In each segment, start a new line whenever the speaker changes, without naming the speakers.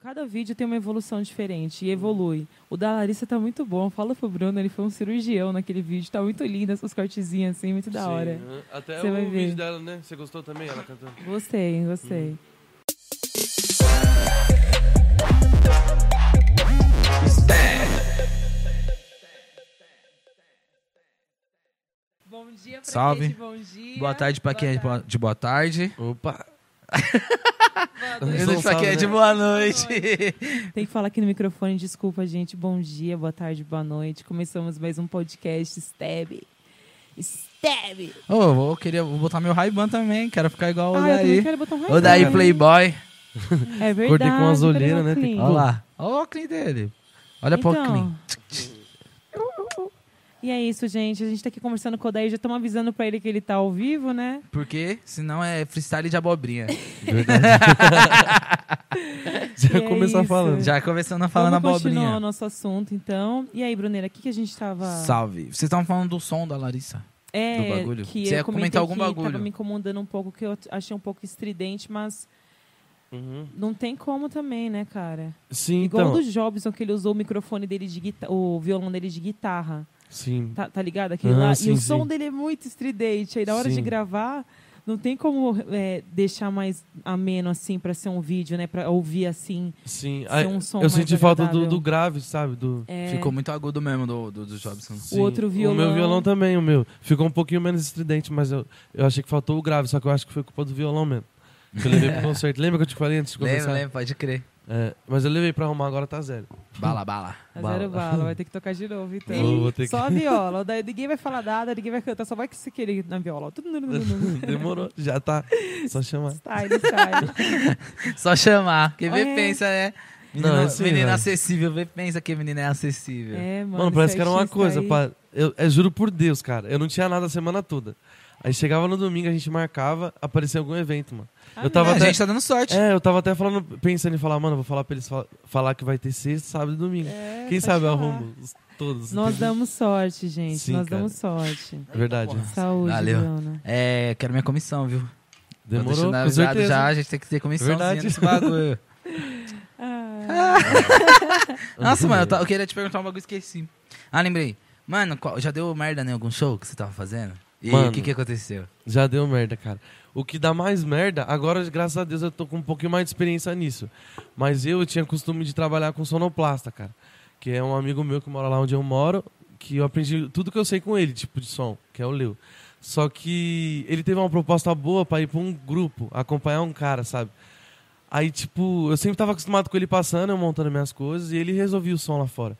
Cada vídeo tem uma evolução diferente e evolui. O da Larissa tá muito bom. Fala pro Bruno, ele foi um cirurgião naquele vídeo. Tá muito lindo, os cortezinhos assim, muito da
Sim,
hora.
né? Até
Você
o
vai
vídeo
ver.
dela, né? Você gostou também, ela cantando?
Gostei, gostei. Bom dia pra
Salve.
quem é de bom dia.
Boa tarde pra quem é de boa- de boa tarde.
Opa!
Boa noite.
Eu não
pra quem é
salve,
de
né?
boa noite.
Tem que falar aqui no microfone, desculpa, gente. Bom dia, boa tarde, boa noite. Começamos mais um podcast Stab. Stab!
Ô, oh, eu queria vou botar meu Ray-Ban também. Quero ficar igual o
Ah, eu também
daí.
quero botar um
O daí
raio.
Playboy.
É verdade.
Acordei com umas
cadê
olheiras,
meu
né? Tem que-
óculos?
Olha lá. Olha o óculos dele. Olha pro
Então.
óculos.
E é isso, gente. A gente tá aqui conversando com o Odair. Já estamos avisando pra ele que ele tá ao vivo, né?
Porque senão é freestyle de abobrinha.
Já
Que é
começou
isso.
falando.
Já começando a falar na
Vamos continuar o
abobrinha.
nosso assunto, então. E aí, Bruneira, o que, que a gente tava...
Salve. Vocês estavam falando do som da Larissa.
é,
do bagulho?
Que
Você
eu
ia
comentei
comentar algum
que
bagulho?
Tava me incomodando um pouco, que eu achei um pouco estridente, mas
Uhum.
não tem como também, né, cara?
Sim,
Igual
então.
o do Jobson, que ele usou o microfone dele de guitarra, o violão dele de guitarra.
Sim.
Tá, tá ligado? Aquele
Ah,
lá.
sim,
e o
sim.
som dele é muito estridente. Aí na hora de
Sim.
gravar, não tem como é, deixar mais ameno assim pra ser um vídeo, né? Pra ouvir assim.
Sim.
Ser
Aí,
um som
eu
mais
senti falta do,
agradável.
do grave, sabe? Do...
É,
Ficou muito agudo mesmo do, do, do Jobson.
Sim.
outro
O meu
violão.
violão também, o meu. Ficou um pouquinho menos estridente, mas eu, eu achei que faltou o grave, só que eu acho que foi culpa do violão mesmo. Que eu levei pro concerto. Lembra que eu te falei antes de começar?
Lembra, lembra, pode crer.
É, mas eu levei pra arrumar, agora tá zero.
Bala, bala.
Tá zero
bala.
bala, vai ter que tocar de novo, então.
Vou- vou ter que-
Só a viola. Daí ninguém vai falar nada, ninguém vai cantar, só vai que se querer na viola. Tudo no- no- no- no-
Demorou, já tá. Só chamar.
Style, style.
Só chamar. Quem vê,
Olha.
pensa, né?
Não,
Menino,
é assim,
menino
velho.
acessível. Vê, pensa que menino é acessível.
né? É, mano.
Mano, parece que era uma
esse
coisa,
artista aí-
pá. Eu, é, juro por Deus, cara. Eu não tinha nada a semana toda. Aí chegava no domingo, a gente marcava, aparecia algum evento, mano.
Ah,
eu tava
É,
não.
a
até-
gente tá dando sorte.
É, eu tava até falando, pensando em falar, mano, eu vou falar pra eles fa- falar que vai ter sexta, sábado e domingo.
É,
Quem
pode
sabe eu
falar.
arrumo os- todos.
Nós
entendeu?
damos sorte, gente.
Sim,
Nós
cara.
damos sorte.
É Verdade.
Porra.
Saúde,
Valeu.
Bruno.
É, quero minha comissão, viu? Tô
Demorou,
deixando
com
avisado
certeza.
já, a gente tem que ter comissãozinha
Verdade.
nesse bagulho.
Ah,
Nossa, mano, eu, ta- eu queria te perguntar um bagulho e esqueci. Ah, lembrei. Mano, qual- já deu merda em algum show que você tava fazendo? E
Mano.
o que que aconteceu?
Já deu merda, cara. O que dá mais merda, agora, graças a Deus, eu tô com um pouquinho mais de experiência nisso. Mas eu tinha costume de trabalhar com sonoplasta, cara. Que é um amigo meu que mora lá onde eu moro, que eu aprendi tudo que eu sei com ele, tipo de som, que é o Leo. Só que ele teve uma proposta boa pra ir pra um grupo, acompanhar um cara, sabe? Aí, tipo, eu sempre tava acostumado com ele passando, eu montando minhas coisas, e ele resolvia o som lá fora.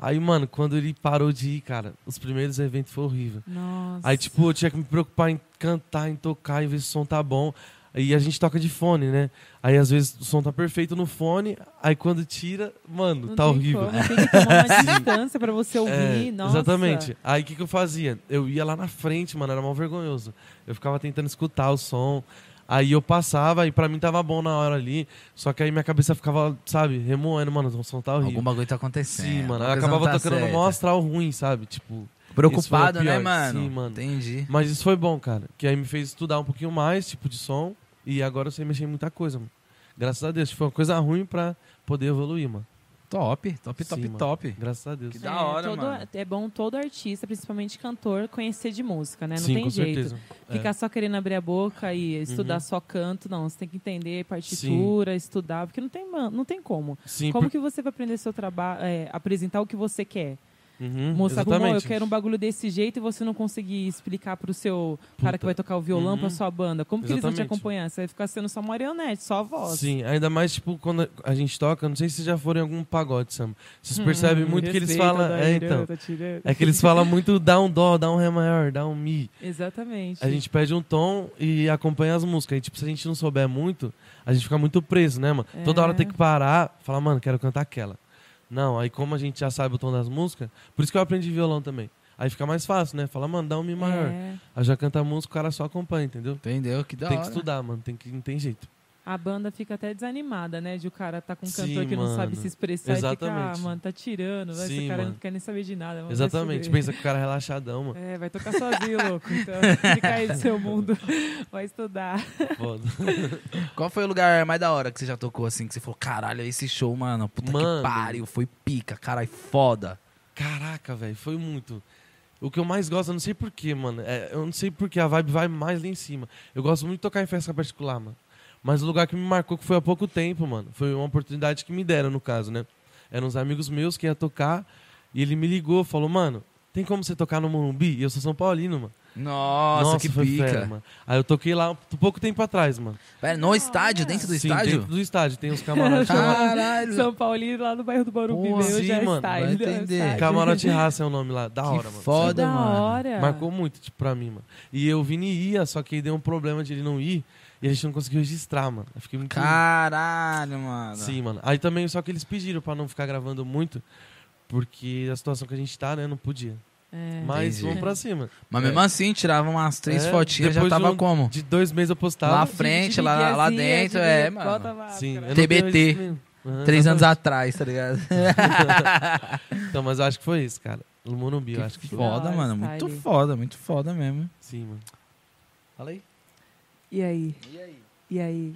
Aí, mano, quando ele parou de ir, cara, os primeiros eventos foi horrível.
nossa.
Aí, tipo, eu tinha que me preocupar em cantar, em tocar, em ver se o som tá bom. E a gente toca de fone, né? Aí, às vezes, o som tá perfeito no fone, aí quando tira, mano,
Não
tá
tem
horrível.
como, Tem que tomar uma distância pra você ouvir.
É,
nossa.
Exatamente. Aí o que, que eu fazia? Eu ia lá na frente, mano, era mal vergonhoso. Eu ficava tentando escutar o som. Aí eu passava e pra mim tava bom na hora ali. Só que aí minha cabeça ficava, sabe, remoendo, mano, o som tá horrível.
Algum bagulho tá acontecendo.
Sim, mano.
alguma
Eu
coisa
acabava
não tá
tocando no
certa.
maior astral ruim, sabe? Tipo.
Preocupado,
Isso foi o
né,
pior.
mano?
Sim, mano.
Entendi.
Mas isso foi bom, cara. Que aí me fez estudar um pouquinho mais, tipo, de som. E agora eu sei mexer em muita coisa, mano. Graças a Deus. Foi uma coisa ruim pra poder evoluir, mano.
Top, top, top,
Sim, mano.
top.
Graças a Deus.
Que da hora,
todo-
mano.
É bom todo artista, principalmente cantor, conhecer de música, né? Não
Sim,
tem
com
jeito.
certeza. É.
Ficar só querendo abrir a boca e estudar
Uhum.
só canto, não. Você tem que entender partitura, estudar, porque não tem, man- não tem como.
Sim,
como
por-
que você vai aprender seu trabalho, é, apresentar o que você quer?
Uhum,
Mostrar como "Ó, eu
exatamente.
quero um bagulho desse jeito e você não conseguir explicar pro seu cara que vai tocar o violão,
Uhum.
pra sua banda. Como que eles vão te
Exatamente.
acompanhar? Você vai ficar sendo só marionete, só a voz.
Sim, ainda mais, tipo, quando a gente toca, não sei se vocês já foram em algum pagode, Sam. Vocês percebem
Hum,
muito que eles
respeita,
falam. É,
Daíra,
então.
tá tirando.
É que eles falam muito dá um dó, dá um ré maior, dá um mi.
Exatamente.
A gente pede um tom e acompanha as músicas. E, tipo, se a gente não souber muito, a gente fica muito preso, né, mano? Toda
É.
hora tem que parar, falar, mano, quero cantar aquela. Não, aí como a gente já sabe o tom das músicas, por isso que eu aprendi violão também. Aí fica mais fácil, né? Fala, mano, dá um mi maior.
É.
Aí já canta a música, o cara só acompanha, entendeu?
Entendeu? Que da
tem que
hora.
estudar, mano, tem que, não tem jeito.
A banda fica até desanimada, né? De o cara tá com um
Sim,
cantor que não sabe
mano.
se expressar e fica,
Exatamente.
ah, mano, tá tirando. vai,
Sim,
esse cara
mano.
não quer nem saber de nada. mano, vai se
Exatamente,
fuder.
pensa que o cara é relaxadão, mano.
É, vai tocar sozinho, louco. Então, fica aí do seu mundo. Vai estudar.
Foda.
Qual foi o lugar mais da hora que você já tocou, assim, que você falou, caralho, esse show, mano, puta que
Mano.
pariu, foi pica, caralho, foda.
Caraca, velho, foi muito. O que eu mais gosto, eu não sei porquê, mano. é, eu não sei porquê, a vibe vai mais lá em cima. Eu gosto muito de tocar em festa particular, mano. Mas o lugar que me marcou que foi há pouco tempo, mano. Foi uma oportunidade que me deram, no caso, né? Eram uns amigos meus que ia tocar. E ele me ligou, falou, mano, tem como você tocar no Morumbi? E eu sou São Paulino, mano.
Nossa, que
foi
pica.
fera, mano. Aí eu toquei lá um pouco tempo atrás, mano.
Velho, no
é.
estádio, dentro do
Sim,
estádio?
dentro do estádio. Tem uns camarotes lá.
Caralho.
São Paulino, lá no bairro do Morumbi,
Porra,
meu,
sim,
já
mano,
está.
vai
ele já
entender.
está.
Camarote Raça é o nome lá. Da
Que
hora, mano.
Que
foda,
da
mano.
hora.
Marcou muito, tipo, pra mim, mano. E eu vim e ia, só que aí deu um problema de ele não ir e a gente não conseguiu registrar, mano. Eu fiquei muito.
Caralho, mano.
Sim, mano. Aí também, só que eles pediram pra não ficar gravando muito, porque a situação que a gente tá, né, não podia.
É.
Mas
Entendi.
vamos pra cima.
Mas mesmo
É.
assim, tirava umas três
É,
fotinhas, já
depois
tava
de um-
como?
De dois meses eu postava.
Lá
De-
frente,
de
lá- lá
miguezinha,
dentro,
de migué,
é, mano.
bota a máscara.
Sim, eu não
TBT.
tenho registro nenhum. Aham,
Três anos
exatamente.
atrás, tá ligado?
Então, mas eu acho que foi isso, cara. No Morumbi, eu acho que foi.
foda.
foda,
Da hora,
mano. Muito
style.
foda, muito foda mesmo.
Sim, mano.
Fala aí.
E aí?
E aí?
E aí?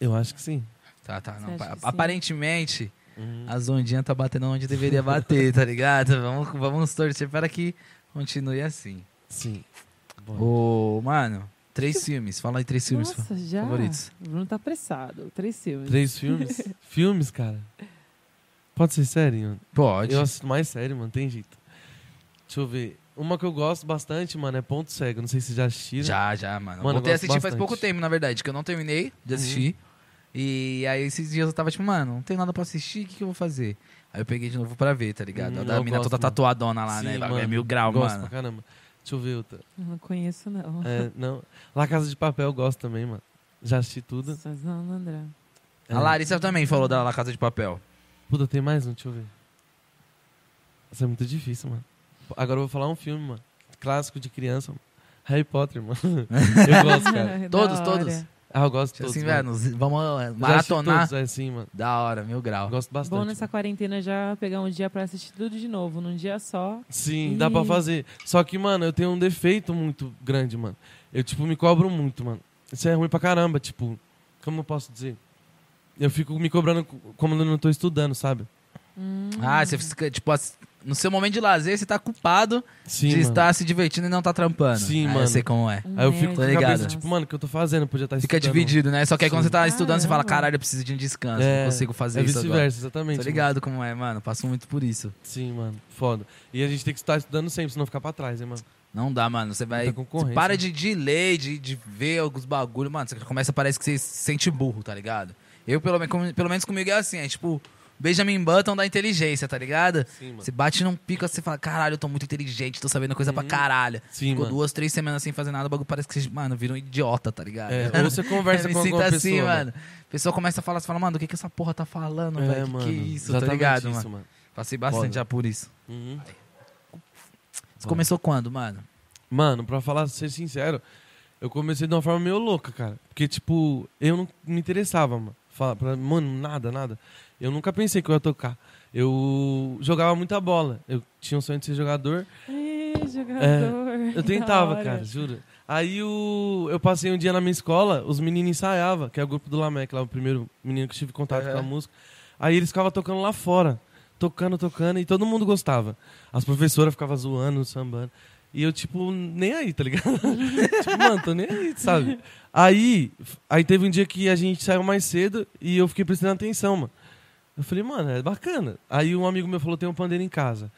Eu acho que sim.
Tá, tá. não.
Você acha
Pa-
que sim?
Aparentemente,
Uhum.
as ondinhas tá batendo onde deveria bater, tá ligado? Vamos, vamos torcer para que continue assim.
Sim. Bora.
Ô, mano, três filmes. Fala aí três filmes.
Nossa, já?
favoritos.
O Bruno tá apressado. Três filmes.
Três filmes? filmes, cara. Pode ser sério, mano.
Pode.
Eu assisto mais sério, mano, tem jeito. Deixa eu ver. Uma que eu gosto bastante, mano, é Ponto Cego. Não sei se vocês já assistiram.
Já, já,
Mano,
mano.
eu
Voltei
gosto
a assistir faz
bastante. Uhum.
pouco tempo, na verdade, que eu não terminei de assistir. E aí esses dias eu tava tipo, mano, não tem nada pra assistir, o que, que eu vou fazer? Aí eu peguei de novo pra ver, tá ligado?
Hum,
a da
eu
mina
gosto,
toda
mano.
tatuadona lá,
Sim,
né?
mano.
É mil grau,
gosto
mano.
pra caramba. Deixa eu ver outra.
Não conheço, não.
É, não. La Casa de Papel eu gosto também, mano. Já assisti tudo.
Mas não, não, André.
É.
A Larissa também falou da La Casa de Papel.
Puta, tem mais um? Deixa eu ver. Isso é muito difícil, mano. Agora eu vou falar um filme, mano. Clássico de criança, mano. Harry Potter, mano. eu gosto, cara.
Da
Todos,
hora.
todos.
Ah, eu gosto de
Tipo
todos.
assim,
mano.
velho, nos- vamos
Já assisti
maratonar.
todos, É sim, mano.
Da hora, mil grau.
Gosto bastante.
Bom né, nessa quarentena já pegar um dia pra assistir tudo de novo, num dia só.
Sim, dá pra
Ih.
fazer. Só que, mano, eu tenho um defeito muito grande, mano. Eu, tipo, me cobro muito, mano. Isso é ruim pra caramba, tipo, como eu posso dizer? Eu fico me cobrando co- como eu não tô estudando, sabe?
Hum.
Ah, você fica, tipo, ass- no seu momento de lazer, você tá culpado
Sim,
de
mano.
estar se divertindo e não tá trampando.
Sim,
Ah, Eu
mano.
sei como é.
Um
Aí eu
nerd,
fico com
Tá
a
né?
ligado?
cabeça, tipo, mano, o que eu tô fazendo? Eu podia estar
Fica
estudando.
dividido, né? Só que aí quando
é. Sim. Ah.
você tá estudando, você fala,
Caramba.
caralho, eu preciso de um descanso.
É,
não consigo fazer
É
isso agora.
vice-versa, exatamente.
Tá
mano.
ligado como é, mano? Passo muito por isso.
Sim, mano. Foda. E a gente tem que estar estudando sempre, senão ficar pra trás, hein, mano?
Não dá, mano. Você vai.
Muita concorrência,
Você para
né?
de, de ler, de, de ver alguns bagulho, mano. Você começa, parece que você se sente burro, tá ligado? Eu, pelo, men- com- pelo menos comigo, é assim. É tipo, Benjamin Button da inteligência, tá ligado?
Sim, mano.
Você bate num pico, você fala, caralho, eu tô muito inteligente, tô sabendo coisa pra
Uhum.
caralho.
Sim,
Ficou
mano.
duas, três semanas sem fazer nada, o bagulho parece que você, mano, vira um idiota, tá ligado?
É, ou você conversa
Eu me
com
sinto
alguma
assim,
pessoa,
mano. A pessoa começa a falar, você fala, mano, o que que essa porra tá falando,
É,
velho? Que
mano.
Que isso, tá
exatamente
ligado,
isso,
mano?
mano.
Passei bastante
Foda.
já por isso.
Uhum.
Você começou quando, mano?
Mano, pra falar, ser sincero, eu comecei de uma forma meio louca, cara. Porque, tipo, eu não me interessava, mano. Fala, pra, mano, nada, nada. Eu nunca pensei que eu ia tocar. Eu jogava muita bola. Eu tinha um sonho de ser jogador.
Ih, jogador.
é,
da
Eu tentava,
hora.
cara, juro. Aí o, eu passei um dia na minha escola, os meninos ensaiavam, que é o grupo do Lamec, lá o primeiro menino que tive contato
Aham.
com a música. Aí eles ficavam tocando lá fora. Tocando, tocando, e todo mundo gostava. As professoras ficavam zoando, sambando. E eu, tipo, nem aí, tá ligado? tipo, mano, tô nem aí, sabe? Aí, f- aí teve um dia que a gente saiu mais cedo e eu fiquei prestando atenção, mano. Eu falei, mano, é bacana. Aí um amigo meu falou, tem um pandeiro em casa.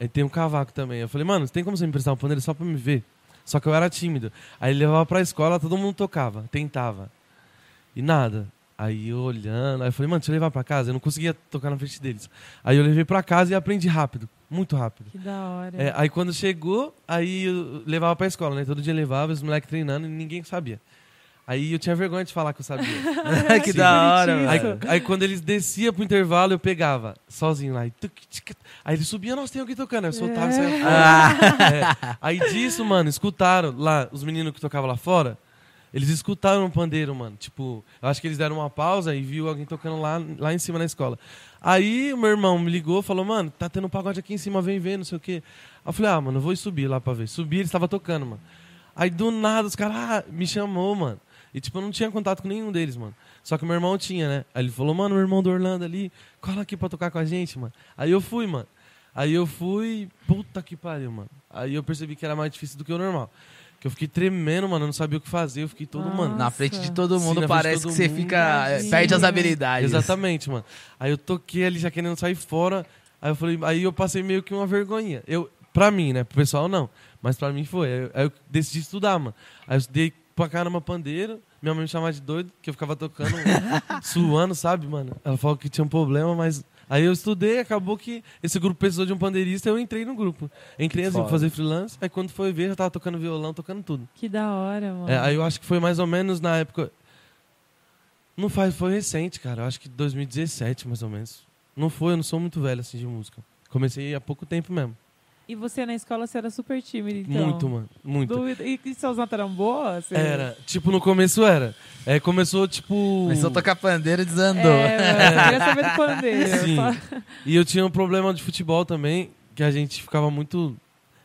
Aí tem um cavaco também. Eu falei, mano, tem como você me emprestar um pandeiro só pra me ver? Só que eu era tímido. Aí ele levava pra escola, todo mundo tocava, tentava. E nada. Aí eu olhando, aí eu falei, mano, deixa eu levar pra casa. Eu não conseguia tocar na frente deles. Aí eu levei pra casa e aprendi rápido, muito rápido.
Que da hora.
É, aí quando chegou, aí eu levava pra escola, né? Todo dia levava, os moleques treinando e ninguém sabia. Aí eu tinha vergonha de falar que eu sabia.
que da hora,
bonitinho
Aí,
isso.
aí quando eles desciam pro intervalo, eu pegava, sozinho lá. e tuc, tic, Aí ele subia, nossa, tem alguém tocando. Aí eu soltava e É. saia fora. É. Aí disso, mano, escutaram lá, os meninos que tocavam lá fora, Eles escutaram o pandeiro, mano. Tipo, eu acho que eles deram uma pausa e viu alguém tocando lá, lá em cima na escola. Aí o meu irmão me ligou falou, mano, tá tendo um pagode aqui em cima, vem ver, não sei o quê. Aí eu falei, ah, mano, eu vou subir lá pra ver. Subi, eles estavam tocando, mano. Aí do nada os caras ah, me chamou, mano. E tipo, eu não tinha contato com nenhum deles, mano. Só que meu irmão tinha, né? Aí ele falou, mano, meu irmão do Orlando ali, cola aqui pra tocar com a gente, mano. Aí eu fui, mano. Aí eu fui, puta que pariu, mano. Aí eu percebi que era mais difícil do que o normal. Que eu fiquei tremendo, mano, eu não sabia o que fazer, eu fiquei todo, mano.
Nossa.
Na frente de todo
Sim,
mundo
na frente de
parece
todo
que você
mundo.
fica. é,
Imagina.
Perde as habilidades.
Exatamente, mano. Aí eu toquei ali já querendo sair fora. Aí eu falei, aí eu passei meio que uma vergonhinha. Eu, pra mim, né? Pro pessoal não. Mas pra mim foi. Aí eu, aí eu decidi estudar, mano. Aí eu estudei pra caramba pandeiro. Minha mãe me chamava de doido, que eu ficava tocando, suando, sabe, mano? Ela falou que tinha um problema, mas. Aí eu estudei, acabou que esse grupo precisou de um pandeirista, eu entrei no grupo. Entrei assim, pra
Foda.
fazer freelance, aí quando foi ver, já tava tocando violão, tocando tudo.
Que da hora, mano.
É, aí eu acho que foi mais ou menos na época. Não faz, foi recente, cara. Eu acho que 2017, mais ou menos. Não foi, eu não sou muito velho assim de música. Comecei há pouco tempo mesmo.
E você na escola, você era super tímido, então?
Muito, mano. Muito.
Dúvida. E que seus taramboa? Você...
Era, tipo, no começo era. É, começou, tipo.
Mas se eu tocar pandeiro, desandou.
É, mano, eu queria saber do pandeiro.
Sim.
Fala-
E eu tinha um problema de futebol também, que a gente ficava muito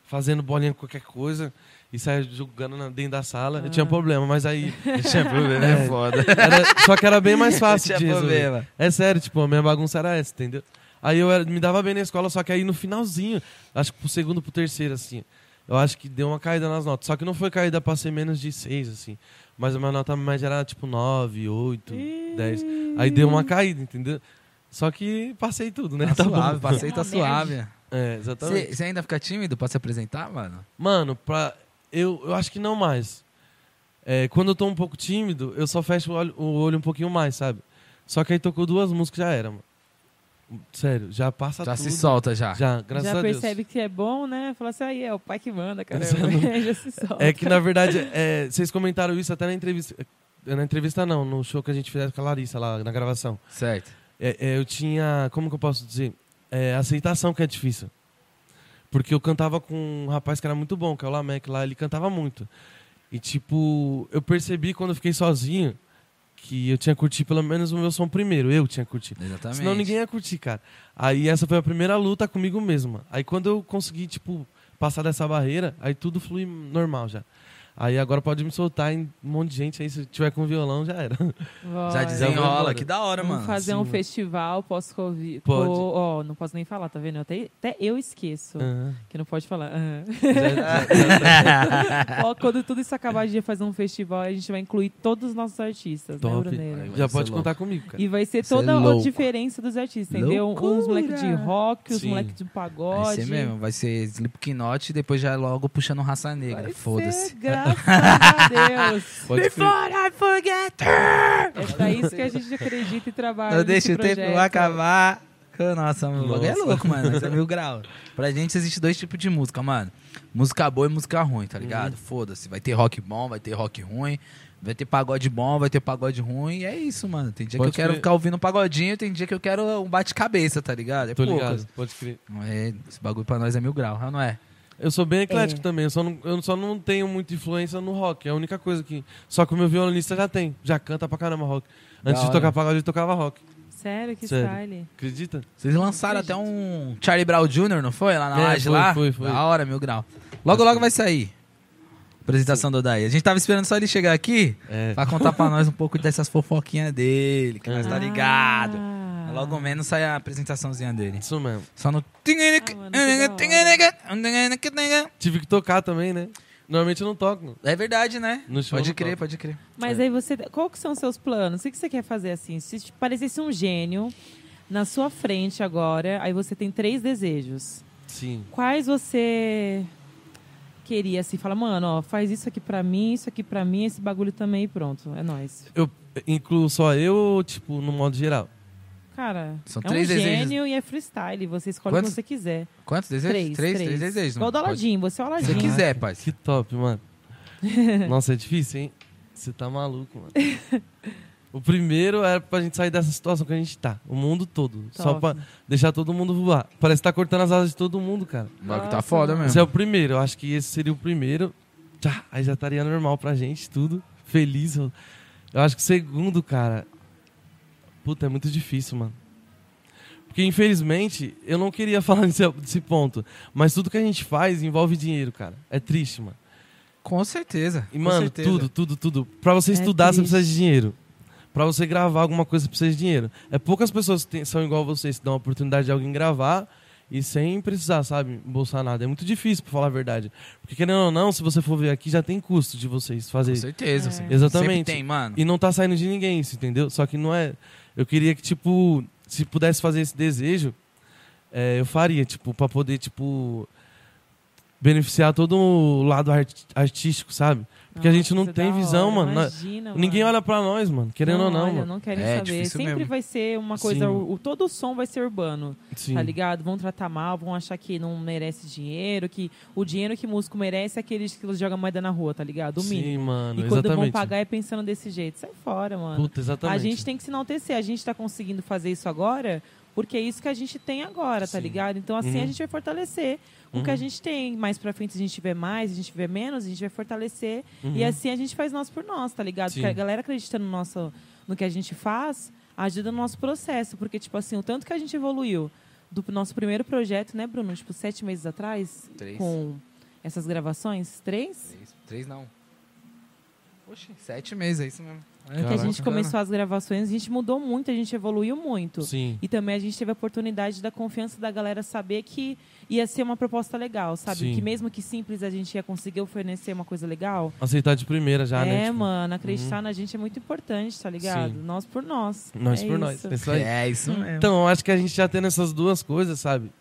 fazendo bolinha com qualquer coisa e saia jogando na- dentro da sala. Eu tinha
Ah.
problema, mas aí.
Tinha problema, é foda.
né? era- só que era bem mais fácil
Tinha
de resolver.
problema.
É sério, tipo, a minha bagunça era essa, entendeu? Aí eu era- me dava bem na escola, só que aí no finalzinho, acho que pro segundo, pro terceiro, assim, eu acho que deu uma caída nas notas. Só que não foi caída pra ser menos de seis, assim. Mas a minha nota média era tipo nove, oito, dez. Aí deu uma caída, entendeu? Só que passei tudo, né? Tá
Tá
bom.
suave, passei, tá
Uma
suave.
É, exatamente.
Você ainda fica tímido pra se apresentar, mano?
Mano, pra. Eu, eu acho que não mais. É, quando eu tô um pouco tímido, eu só fecho o olho, o olho um pouquinho mais, sabe? Só que aí tocou duas músicas já era, mano. Sério, já passa
Já
Tá tudo.
se solta já.
Já, graças
já
a Deus.
percebe que é bom, né? Fala assim, aí é o pai que manda, cara.
Exatamente.
já se solta.
É que, na verdade, é, vocês comentaram isso até na entrevista. Na entrevista não, no show que a gente fez com a Larissa lá na gravação.
Certo.
É, é, eu tinha. Como que eu posso dizer? É, aceitação que é difícil. Porque eu cantava com um rapaz que era muito bom, que é o Lamec lá, ele cantava muito. E tipo, eu percebi quando eu fiquei sozinho que eu tinha que curtir pelo menos o meu som primeiro. Eu tinha que curtir.
Exatamente.
Senão ninguém ia curtir, cara. Aí essa foi a primeira luta comigo mesma. Aí quando eu consegui, tipo, passar dessa barreira, aí tudo flui normal já. Aí agora pode me soltar em um monte de gente aí, se tiver com violão, já era.
Bora.
Já desenrola.
embora.
Que da hora,
Vamos
mano.
fazer
Sim,
um
mano.
festival pós-Covid.
Pode.
Pô, Ó, não posso nem falar, tá vendo? Até, até eu esqueço.
Aham.
Que não pode falar. Ah.
Já- já- já-
Ó, quando tudo isso acabar de fazer um festival, a gente vai incluir todos os nossos artistas, né,
Top.
Bruneiro?
Aí vai
já
ser
pode
louco.
contar comigo, cara.
E vai ser
Cê é
toda a
louco.
diferença dos artistas, entendeu? Uns
Loucura!
moleques de rock, uns
Sim.
moleques de
Vai
pagode.
ser mesmo, vai ser Slipknot e depois já logo puxando raça negra.
Vai
Foda-se.
ser, Graças a Deus.
Pode ser.
I forget
É pra isso que a gente acredita e trabalha.
Eu deixo o
nesse
tempo
projeto.
acabar. Nossa, meu bagulho é
Nossa.
louco, mano. Isso é mil grau. Pra gente existe dois tipos de música, mano. Música boa e música ruim, tá ligado?
Uhum.
Foda-se. Vai ter rock bom, vai ter rock ruim. Vai ter pagode bom, vai ter pagode ruim. E é isso, mano. Tem dia
Pode
que eu quero
crer.
ficar ouvindo um pagodinho, tem dia que eu quero um bate-cabeça, tá ligado? É
Tô
poucas.
ligado, pode crer.
Não É, esse bagulho pra nós é mil grau, não é?
Eu sou bem eclético
É.
também, eu só, não, eu só não tenho muita influência no rock, é a única coisa que... Só que o meu violonista já tem, já canta pra caramba rock.
Da
Antes de
hora.
tocar pagode, eu tocava rock.
Sério, que
Sério.
style.
Acredita?
Vocês lançaram até um Charlie Brown Jr., não foi? Lá na
É,
laje
foi,
lá?
foi, foi.
Da hora, mil grau. Logo, logo vai sair. Apresentação do Daí. A gente tava esperando só ele chegar aqui
É.
pra contar pra nós um pouco dessas fofoquinhas dele, que nós tá
Ah.
ligado. Logo menos sai a apresentaçãozinha dele.
Isso mesmo.
Só no.
Ah, mano, é que
Tive que tocar também, né? Normalmente eu não toco.
É verdade, né?
No show
pode
não
crer,
toca.
pode crer.
Mas
É.
aí você. Qual que são os seus planos? O que que você quer fazer assim? Se te parecesse um gênio na sua frente agora, aí você tem três desejos.
Sim.
Quais você queria assim? Fala, mano, ó, faz isso aqui pra mim, isso aqui pra mim, esse bagulho também e pronto. É nóis.
Eu incluo só eu ou, tipo, no modo geral?
Cara,
São
é
três
um
desejos.
gênio e é freestyle. Você escolhe o
Quantos?
que você quiser.
Quantos desejos?
Três,
três, desejos.
Igual
mano.
do
Pode-
Aladim, você é o
Se
Aladim.
você quiser, pai.
Que top, mano. Nossa, é difícil, hein? Você tá maluco, mano. O primeiro era pra gente sair dessa situação que a gente tá. O mundo todo. Só
Top.
pra deixar todo mundo voar. Parece que tá cortando as asas de todo mundo, cara. é
O bagulho tá
Nossa,
foda
mano.
mesmo.
Esse é o primeiro. Eu acho que esse seria o primeiro. Tá, aí já estaria normal pra gente, tudo. feliz. Eu acho que segundo, cara. Puta, é muito difícil, mano. Porque, infelizmente, eu não queria falar nesse, desse ponto. Mas tudo que a gente faz envolve dinheiro, cara. É triste, mano.
Com certeza.
E,
com
mano,
certeza.
tudo, tudo, tudo. Pra você
É
estudar,
triste.
você precisa de dinheiro. Pra você gravar alguma coisa, você precisa de dinheiro. É poucas pessoas que têm- são igual vocês, que dão a oportunidade de alguém gravar e sem precisar, sabe, embolsar nada. É muito difícil, pra falar a verdade. Porque, querendo ou não, se você for ver aqui, já tem custo de vocês
Com
fazer
certeza.
É.
sim. Sempre
Exatamente.
tem, mano.
E não tá saindo de ninguém isso, entendeu? Só que não é. Eu queria que, tipo, se pudesse fazer esse desejo, é, eu faria, tipo, pra poder, tipo, beneficiar todo o lado art- artístico, sabe? Porque a gente não
isso é da
tem visão,
hora,
mano. Na-
Imagina, mano.
Ninguém olha pra nós, mano, querendo ou não,
olha,
mano.
não querem
É,
saber.
difícil
Sempre
mesmo.
vai ser uma coisa.
Sim.
O, o- todo o som vai ser urbano,
Sim.
tá ligado? Vão tratar mal, vão achar que não merece dinheiro, que o dinheiro que músico merece é aqueles que jogam moeda na rua, tá ligado? O
Sim,
mínimo.
mano,
e quando vão
exatamente.
pagar é pensando desse jeito. Sai fora, mano.
Puta, exatamente.
A gente tem que se enaltecer. A gente tá conseguindo fazer isso agora porque é isso que a gente tem agora, tá
Sim.
ligado? Então, assim,
Uhum.
a gente vai fortalecer o que
Uhum.
a gente tem. Mais pra frente, se a gente tiver mais, se a gente tiver menos, a gente vai fortalecer.
Uhum.
E assim, a gente faz nós por nós, tá ligado?
Sim.
Porque a galera acredita no, nosso, no que a gente faz, ajuda no nosso processo. Porque, tipo assim, o tanto que a gente evoluiu do nosso primeiro projeto, né, Bruno? Tipo, sete meses atrás,
Três.
com essas gravações, três?
Três, três não. Oxe, sete meses, é isso mesmo.
Que a
Caraca.
gente começou as gravações, a gente mudou muito, a gente evoluiu muito.
Sim.
E também a gente teve a oportunidade da confiança da galera saber que ia ser uma proposta legal, sabe?
Sim.
Que mesmo que simples a gente ia conseguir oferecer uma coisa legal.
Aceitar de primeira já,
é,
né? tipo,
mano, acreditar na gente é muito importante, tá ligado?
Sim.
Nós por nós.
Nós
É
por nós.
isso.
É isso aí.
É isso mesmo.
Então, eu acho que a gente já tendo essas duas coisas, sabe?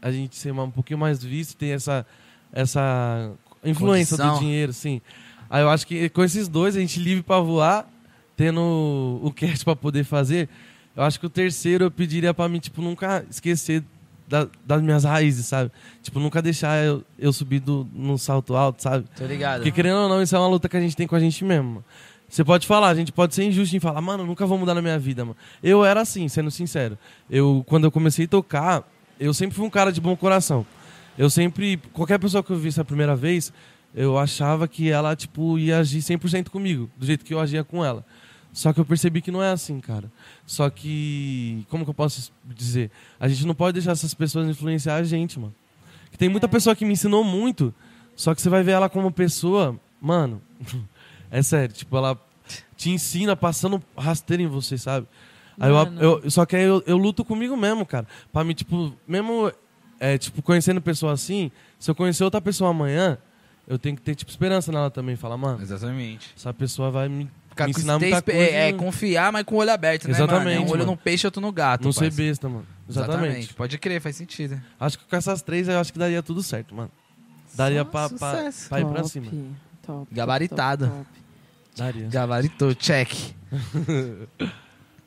A gente ser um pouquinho mais visto, tem essa, essa influência do
Condição.
dinheiro, sim. Aí eu acho que com esses dois, a gente livre pra voar, tendo o cash pra poder fazer. Eu acho que o terceiro eu pediria pra mim, tipo, nunca esquecer da- das minhas raízes, sabe? Tipo, nunca deixar eu, eu subir do, num salto alto, sabe?
Tô ligado.
Porque querendo ou não, isso é uma luta que a gente tem com a gente mesmo. Você pode falar, a gente pode ser injusto em falar, mano, nunca vou mudar na minha vida, mano. Eu era assim, sendo sincero. Eu, quando eu comecei a tocar, eu sempre fui um cara de bom coração. Eu sempre, qualquer pessoa que eu visse a primeira vez, eu achava que ela, tipo, ia agir 100% comigo, do jeito que eu agia com ela. Só que eu percebi que não é assim, cara. Só que, como que eu posso dizer? A gente não pode deixar essas pessoas influenciar a gente, mano. Que tem muita pessoa que me ensinou muito, só que você vai ver ela como pessoa, mano, é sério, tipo, ela te ensina passando rasteiro em você, sabe? Aí eu-
Mano.
eu, só que aí eu, eu luto comigo mesmo, cara. Pra mim, tipo, mesmo é, tipo, conhecendo pessoa assim, se eu conhecer outra pessoa amanhã, eu tenho que ter, tipo, esperança nela também. Falar, mano,
Exatamente.
essa pessoa vai me,
Ficar
me
com-
ensinar
ter
muita
espe-
coisa.
é, é confiar, mas com o olho aberto, né,
Exatamente,
mano? É um olho
mano.
no peixe, outro no gato.
não ser
parça.
besta, mano. Exatamente.
Pode crer, faz sentido.
Acho que com essas três, eu acho que daria tudo certo, mano. Daria pra, pra,
sucesso.
pra ir pra
Top,
cima.
top,
Gabaritado.
top, top.
Daria.
Gabaritou, check.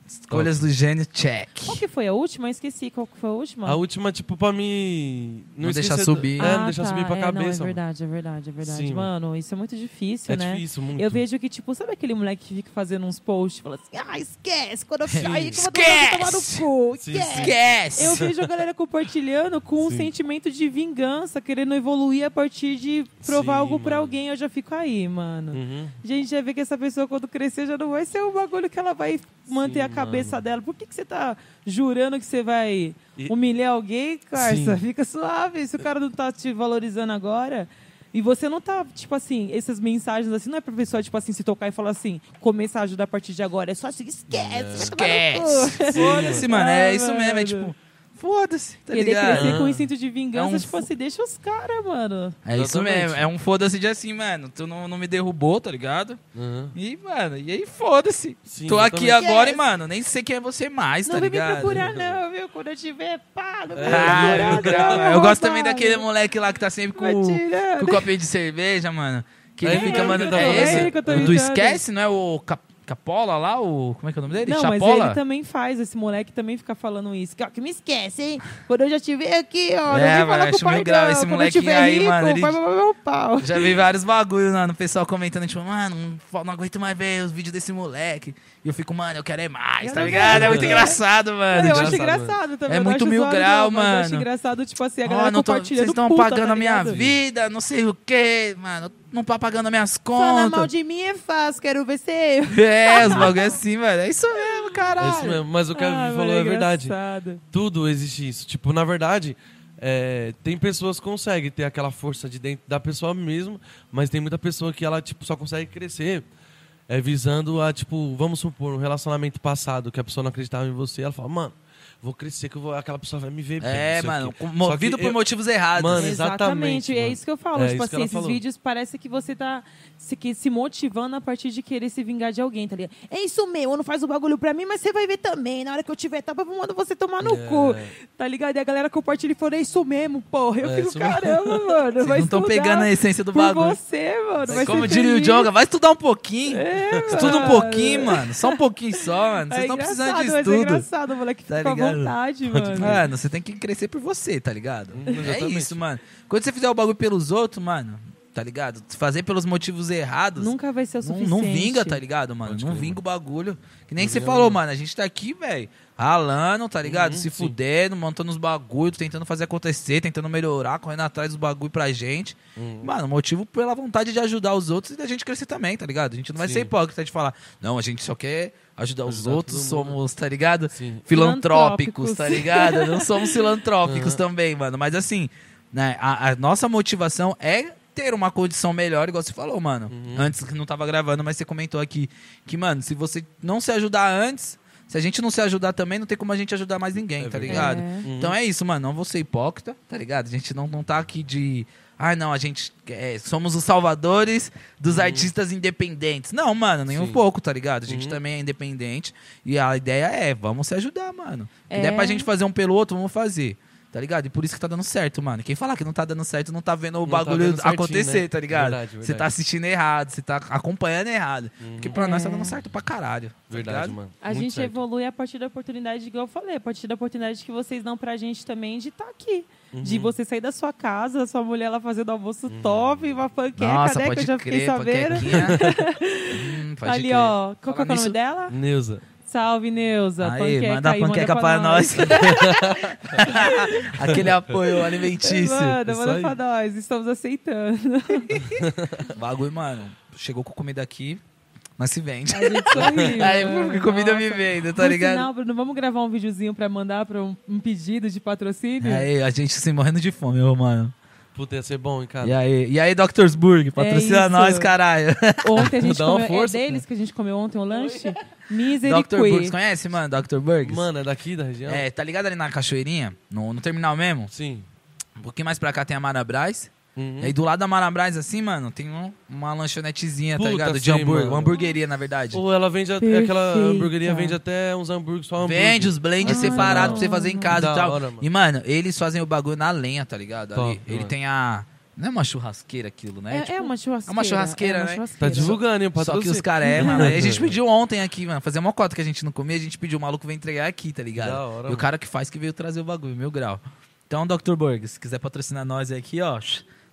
Escolhas do gênio, check.
Qual que foi a última? Eu esqueci qual que foi a última.
A última, tipo, pra mim...
Não deixar
esquecer-
subir.
É, não deixar
tá.
subir pra
é,
cabeça,
Não, é
mano.
verdade, é verdade, é verdade.
Sim,
mano, isso é muito difícil,
É
né?
difícil, muito.
Eu vejo que, tipo, sabe aquele moleque que fica fazendo uns posts e fala assim, ah, esquece, quando eu ficar rico, eu vou
Esquece!
tomar no cu,
Sim,
esquece.
sim.
Esquece!
Eu vejo a galera compartilhando com um
Sim.
sentimento de vingança, querendo evoluir a partir de provar
Sim,
algo pra
mano.
alguém. Eu já fico aí, mano.
Uhum.
A gente já vê que essa pessoa, quando crescer, já não vai ser um bagulho que ela vai manter
Sim,
a cabeça dela. Por que, que você tá jurando que você vai
E-
humilhar alguém, Carça?
Sim.
Fica suave. Se o cara não tá te valorizando agora. E você não tá, tipo assim, essas mensagens assim, não é pra pessoa, tipo assim, se tocar e falar assim, começar a ajudar a partir de agora. É só assim, esquece, vai tomar no cu.
Esquece! Foda-se, mano. É
Ai,
isso mesmo. É
mano.
tipo, foda-se, tá
Querer
ligado?
crescer com
Ah.
instinto de vingança,
É um
tipo assim, deixa os caras, mano.
É isso
Exatamente.
mesmo. É um foda-se de assim, mano. Tu não, não me derrubou, tá ligado?
Uhum.
E, mano, e aí foda-se.
Sim,
Tô aqui
exatamente.
agora e, mano, nem sei quem é você mais,
não
tá
vem
ligado?
me procurar, não, viu? Quando eu tiver, pá, não vem me
Ah,
procurar,
eu, gravo.
não,
eu gosto
roubado.
também daquele moleque lá que tá sempre
Vai
com, o-
tirando.
com o copinho de cerveja, mano. Que ele
É
fica
ele que
mandando.
eu tô-
É
é
esse?
ele que
eu tô
O do
ligando.
Esquece, não é o Cap- Capola lá? O... Como é que é o nome dele?
Não, mas
Chapola?
ele também faz, esse moleque também fica falando isso. Que, ó, que me esquece, hein? Quando eu já tiver aqui, ó, não vem
É, mano,
falar com
acho
o pai
mil grau
não.
esse
Quando eu
molequinho
tiver
aí,
rico,
mano, ele-
vai mamar meu pau.
Já vi vários bagulhos, mano. O pessoal comentando, tipo, mano, não fo- não aguento mais ver os vídeos desse moleque. E eu fico, mano, eu quero é mais,
Eu
tá
não
ligado? É
aguento.
muito engraçado, mano.
eu
engraçado,
acho
mano.
engraçado também.
É
eu não
muito
acho
mil
zoado,
grau,
não, mas Eu acho
mano.
engraçado, tipo assim, a
Ó,
galera
não tô-
compartilhando
Vocês tão
puta,
pagando
tá
a minha
ligado?
vida, não sei o que, mano. não tá pagando minhas
Fala mal
contas.
de mim é fácil, quero ver se eu.
É, os bagulho é assim, velho. É isso mesmo,
É
caralho.
isso mesmo, mas o que a
Ah,
Vivi falou é verdade. Tudo existe isso. Tipo, na verdade, é, tem pessoas que conseguem ter aquela força de dentro da pessoa mesmo, mas tem muita pessoa que ela tipo, só consegue crescer é, visando a, tipo, vamos supor, um relacionamento passado que a pessoa não acreditava em você, ela fala, mano, vou crescer que eu vou- aquela pessoa vai me ver bem. não
É,
sei o
mano,
quê."
com-
Só
movido
que
por
eu-
motivos errados.
Mano,
Exatamente,
exatamente,
é
mano.
isso que eu falo.
É
tipo
isso que
assim,
ela
esses
falou.
vídeos parece que você tá se, que- se motivando a partir de querer se vingar de alguém, tá ligado? É isso meu, eu não faz o bagulho pra mim, mas você vai ver também. Na hora que eu tiver etapa, eu vou mandar você tomar no
É.
cu. Tá ligado? E a galera compartilha e fala, é isso mesmo, porra. Eu
É,
fico,
isso mesmo.
caramba, mano.
Vocês
vai
não estão pegando a
aí
essência do
por
bagulho.
você, mano.
É
vai
como
ser
diria o
feliz.
Jonga, vai estudar um pouquinho.
É,
Estuda um
mano.
pouquinho, mano. Só um pouquinho só, mano. Vocês
É
estão precisando
engraçado,
de
mas É
estudo.
engraçado, moleque.
Tá
Fica à
ligado?
vontade, mano.
Mano, você tem que crescer por você, tá ligado?
Hum,
é
exatamente.
isso, mano. Quando você fizer o bagulho pelos outros, mano, tá ligado? Fazer pelos motivos errados.
Nunca vai ser o
Não,
suficiente.
não vinga, tá ligado, mano?
Pode
não
crer,
vinga o bagulho. Que nem
Não
você
vinga
falou,
mesmo.
mano. A gente tá aqui, velho, ralando, tá ligado?
Uhum,
Se
sim.
fudendo, montando os bagulhos, tentando fazer acontecer, tentando melhorar, correndo atrás dos bagulho pra gente.
Uhum.
Mano, motivo pela vontade de ajudar os outros e da gente crescer também, tá ligado? A gente não vai
Sim.
ser hipócrita de falar, não, a gente só quer ajudar os
Ajudar
outros,
todo mundo.
somos, tá ligado?
Sim.
filantrópicos, tá
Filantrópicos.
ligado? Não somos filantrópicos
Uhum.
também, mano. Mas assim, né, a, a nossa motivação é ter uma condição melhor, igual você falou, mano.
Uhum.
Antes que não tava gravando, mas você comentou aqui que, mano, se você não se ajudar antes, se a gente não se ajudar também, não tem como a gente ajudar mais ninguém,
É
tá
verdade.
ligado?
É.
Uhum.
Então é isso, mano. Não vou ser hipócrita, tá ligado? A gente não, não tá aqui de. Ah, não, a gente é, somos os salvadores dos artistas independentes. Não, mano, nem um
Uhum. Sim.
pouco, tá ligado? A gente
Uhum.
também é independente. E a ideia é, vamos se ajudar, mano. Se
É.
der pra gente fazer um pelo outro, vamos fazer. Tá ligado? E por isso que tá dando certo, mano. Quem falar que não tá dando certo não tá vendo o
Não tá
bagulho
vendo certinho,
acontecer,
né?
tá ligado?
Verdade,
Você tá
verdade. Uhum.
assistindo errado, você tá acompanhando errado. Porque pra nós tá
É.
dando certo pra caralho. tá
Verdade,
ligado?
mano.
A
Muito
gente
certo.
evolui a partir da oportunidade, igual eu falei, a partir da oportunidade que vocês dão pra gente também de estar aqui.
Uhum.
De você sair da sua casa, sua mulher lá fazendo almoço top, uma panqueca,
Nossa,
né?
pode
que eu já fiquei
crer,
sabendo.
panquequinha. Hum, pode
Ali,
crer.
ó. Qual que é
Falar
o nome
nisso-
dela?
Neuza.
Salve, Neuza.
Aí,
panqueca
manda a
aí, manda
panqueca
pra
para nós. Aquele apoio alimentício.
Manda,
isso
manda
aí.
pra nós. Estamos aceitando.
Bagulho, mano. Chegou com comida aqui, mas se vende.
A gente sorri.
Aí,
mano.
porque comida
Nossa.
me vende, tá
Por
ligado?
Sinal, Bruno, vamos gravar um videozinho pra mandar pra um, um pedido de patrocínio?
Aí, a gente se morrendo de fome, ô, mano.
Puta, ia ser bom, hein, cara.
E aí, e aí Doctorsburg, patrocina
É isso.
nós, caralho.
Ontem a gente
Dá uma
comeu.
força,
é deles que a gente comeu ontem o lanche?
Dr. Burgs,
Misericórdia.
conhece, mano? Dr. Burgs?
Mano, é daqui da região?
É, tá ligado ali na cachoeirinha? No, no terminal mesmo?
Sim.
Um pouquinho mais pra cá tem a Marabras.
Uhum.
E aí do lado da Marabras, assim, mano, tem um- uma lanchonetezinha, tá
Puta,
ligado? De
sei,
hambúrguer,
mano.
uma hamburgueria, na verdade.
Ou ela vende até,
Perfeita.
aquela hamburgueria vende até uns hambúrgueres só hambúrguer.
Vende os blends
Ah,
separados pra você
não.
fazer em casa
Da
e tal.
hora, mano.
E, mano, eles fazem o bagulho na lenha, tá ligado?
Top,
Ali, ele
mano.
tem a. Não é uma churrasqueira aquilo, né?
É,
Tipo,
é uma churrasqueira.
é uma churrasqueira, né?
Tá divulgando, hein, o
Só que
patrocínio.
os caras, é, mano. Aí a gente pediu ontem aqui, mano. Fazer uma cota que a gente não comia, a gente pediu, o maluco veio entregar aqui, tá ligado?
Da hora,
e o
mano.
cara que faz que veio trazer o bagulho, meu grau. Então, Dr. Burger, se quiser patrocinar nós aqui, ó,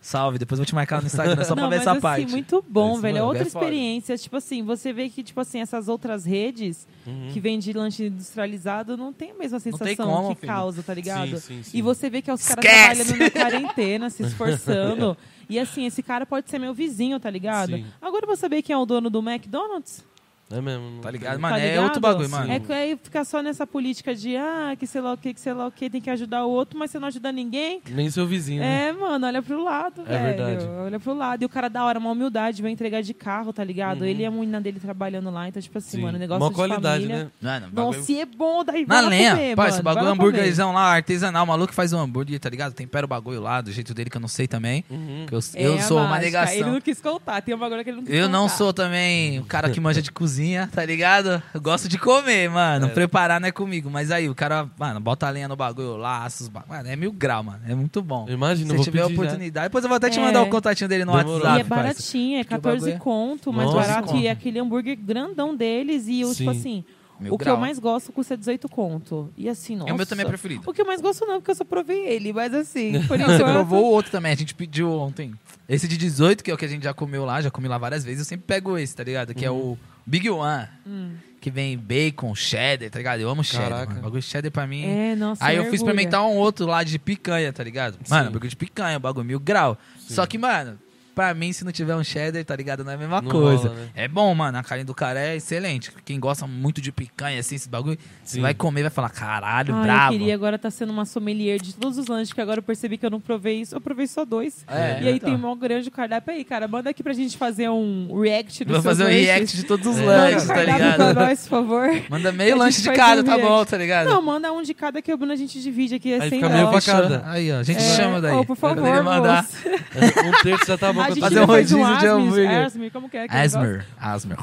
salve. Depois eu vou te marcar no Instagram só pra
Não,
ver
mas
essa
assim,
parte.
muito bom,
Esse,
velho. É
mano,
outra
é foda.
experiência. Tipo assim, você vê que, tipo assim, essas outras redes
Uhum.
que vendem lanche industrializado não tem a mesma
Hum. tem
sensação
como,
que
filho.
causa, tá ligado?
Sim, sim, sim.
E você vê que é os caras
Esquece!
trabalhando na quarentena, se esforçando. E assim, esse cara pode ser meu vizinho, tá ligado?
Sim.
Agora eu vou saber quem é o dono do McDonald's?
É mesmo.
Tá ligado? Mano,
Tá
é
ligado?
outro bagulho, mano.
É, que- é ficar só nessa política de ah, que sei lá o que, que sei lá o que, tem que ajudar o outro, mas você não ajuda ninguém.
Nem seu vizinho, né?
É, mano, olha pro lado,
É
velho.
verdade.
Olha pro lado. E o cara da hora, uma humildade, vai entregar de carro, tá ligado?
Uhum.
Ele e a menina dele trabalhando lá, então, tipo assim,
Sim.
mano, negócio
Uma
de
qualidade,
família.
né?
Mano,
Não,
bagulho-
se é bom, daí
Na
vai lá
lenha.
comer,
Pai,
mano.
esse
Vai
bagulho
lá
é
comer.
hambúrguerzão lá, artesanal. O maluco faz um hambúrguer, tá ligado? Tempera o bagulho lá, do jeito dele que eu não sei também.
Uhum.
Que eu
É
eu
a
sou uma
mágica. Ele
negação.
não quis contar, tem um bagulho que ele não quis
Eu
Então
não
tá.
contar.
sou também o cara que manja de cozinha, tá ligado? Eu gosto de comer, mano. Preparar não é comigo. Mas aí, o cara, mano, bota a lenha no bagulho, laços, ba- mano, é mil grau, mano. É muito bom.
Imagina,
Se
vou
tiver
pedir já.
oportunidade, depois eu vou até te
É.
mandar o contatinho dele no
Demorou.
E é
WhatsApp. parça.
baratinho, é
Porque o
14
bagulho é-
conto, mais
14
barato.
conto.
E é aquele hambúrguer grandão deles. E, eu, tipo
Sim.
assim,
Mil
o que
grau.
eu mais gosto custa 18 conto. E assim, nossa.
É o meu também preferido.
O que eu mais gosto não, porque eu só provei ele. Mas assim, por enquanto...
Você provou o outro também, a gente pediu ontem. Esse de 18, que é o que a gente já comeu lá, já comi lá várias vezes, eu sempre pego esse, tá ligado? Que
Uhum.
é o Big One.
Hum.
Que vem bacon, cheddar, tá ligado? Eu amo cheddar,
Caraca.
mano. O bagulho de cheddar pra mim.
É, nossa,
Aí eu fui
mergulha.
experimentar um outro lá de picanha, tá ligado? Mano,
Sim.
bagulho de picanha, bagulho mil grau. Só que, mano, Pra mim, se não tiver um cheddar, tá ligado? Não é a mesma
Não
coisa.
rola, né?
É bom, mano. A carne do cara é excelente. Quem gosta muito de picanha, assim, esses bagulho, você
Sim.
vai comer e vai falar, caralho,
Ah, eu
é bravo.
queria agora tá sendo uma sommelier de todos os lanches, que agora eu percebi que eu não provei isso. Eu provei só dois.
É,
e aí
então.
tem um maior grande cardápio aí, cara. Manda aqui pra gente fazer um react dos
Vou fazer um
seus lanches.
react de todos os
É.
lanches, tá
Manda um cardápio
ligado?
pra nós, por favor.
Manda
A
meio
gente
lanche de
faz
cada,
um
tá bom,
react.
tá ligado?
Não, manda um de cada que a Bruna a gente divide aqui, é
Aí
sem
fica meio
dó.
pra
Fechou.
cada.
Aí, ó, a gente
É.
chama daí.
Ô, por favor,
Poderia mandar.
moço.
Um terço já tá bom
A
pra
gente
fazer
ainda
um
faz
rodízio de
Asmir,
hambúrguer.
Asmir, como que é? aquele negócio?
Asmer, Asmer.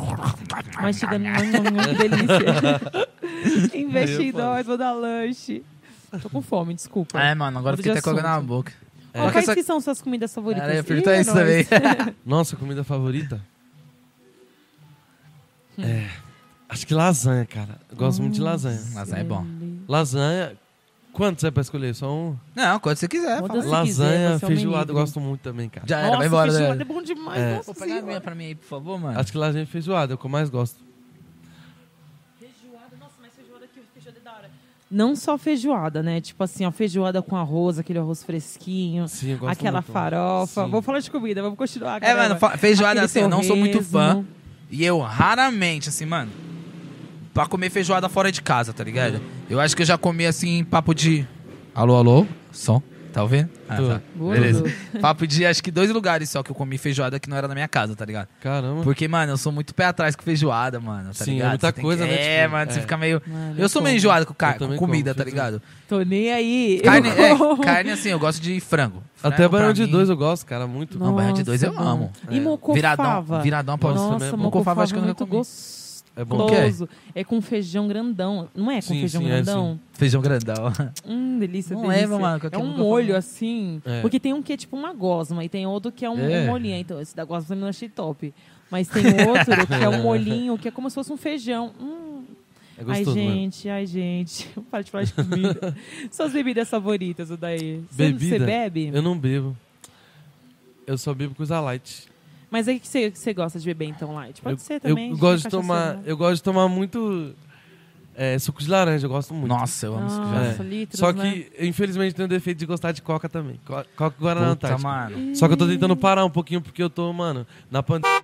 Mastiga, delícia. Investe em nós, vou dar lanche. Tô com fome, desculpa.
É, mano, agora
Muda de
fiquei até com água na
assunto.
boca.
Ó,
É.
Quais
Essa-
que são suas comidas favoritas?
Cara, eu ia
Ih,
perguntar
é
isso
nóis.
também.
Nossa, comida favorita?
Hum.
é. Acho que lasanha, cara. Eu Gosto muito de lasanha.
Lasanha é bom.
Lasanha. Quantos é pra escolher? Só um?
Não, quando você quiser.
Manda
fala.
Se quiser,
lasanha,
você é um
feijoada, eu
menino.
gosto muito também, cara.
Já era,
Nossa,
vai embora.
feijoada
né?
é bom demais.
É.
Nossa
Vou pegar a
senhora.
minha pra mim aí, por favor, mano.
Acho que lasanha e feijoada é o que eu mais gosto.
Feijoada, nossa, mas feijoada aqui, feijoada é da hora. Não só feijoada, né? Tipo assim, ó, feijoada com arroz, aquele arroz fresquinho,
Sim, eu gosto
aquela
muito.
farofa.
Sim.
Vou falar de comida, vamos continuar.
É, mano, fa- feijoada assim, eu não sou muito fã.
torresmo.
E eu raramente, assim, mano, pra comer feijoada fora de casa, tá ligado? Eu acho que eu já comi assim, em papo de. Alô, alô? Som? Tá ouvindo? Ah,
Tô.
tá.
Boa,
Beleza.
Dudu.
Papo de acho que dois lugares só que eu comi feijoada que não era na minha casa, tá ligado?
Caramba.
Porque, mano, eu sou muito pé atrás com feijoada, mano, tá
Sim, é
ligado?
muita
Você tem
coisa,
que...
né,
É,
tipo,
mano, você
é.
fica meio.
Mano,
Eu sou meio
como.
enjoado com,
Eu
ca... com
também
comida,
como, eu
tá ligado?
Tô nem aí. eu
Carne, é,
como.
carne assim, eu gosto de frango.
Até
Frango, pra
banho de
mim-
dois eu gosto, cara, muito.
Não, banho de dois eu
Nossa,
amo. É.
mano. E mocofava?
Viradão, viradão pra
Nossa,
Nossa,
também é bom.
mocofava acho que eu
nunca
muito
comi.
gostoso.
É bom.
Como que é?
É com feijão grandão. Não é com
Sim,
feijão
sim, é,
grandão?
Feijão grandão.
Hum, delícia,
Não
delícia.
lembro, mano,
é
que aquilo
um
nunca
molho
foi-
assim,
É.
porque tem um que é tipo uma gosma e tem outro que é um,
É.
um molhinho. Então, esse da gosma eu não achei top. Mas tem outro que é um molhinho que é como se fosse um feijão. Hum.
É gostoso,
ai,
mano.
gente, ai, gente. Para de falar de comida. Suas bebidas favoritas, o daí. Você- Você
Bebida?
bebe?
Eu não bebo. Eu só bebo coisa light.
Mas aí que você, que você gosta de beber, então, light? Pode
eu,
ser também.
Eu
gente,
gosto de
cachaceiro,
tomar,
né?
eu gosto de tomar muito é, suco de laranja, eu gosto muito.
Nossa, eu amo isso.
Nossa,
já é.
Ah, litros,
Só
né?
que, infelizmente, tenho o defeito de gostar de coca também. Co- Coca e Guaraná
Puta,
Antártica.
mano.
Só que eu tô tentando parar um pouquinho, porque eu tô, mano, na pandemia.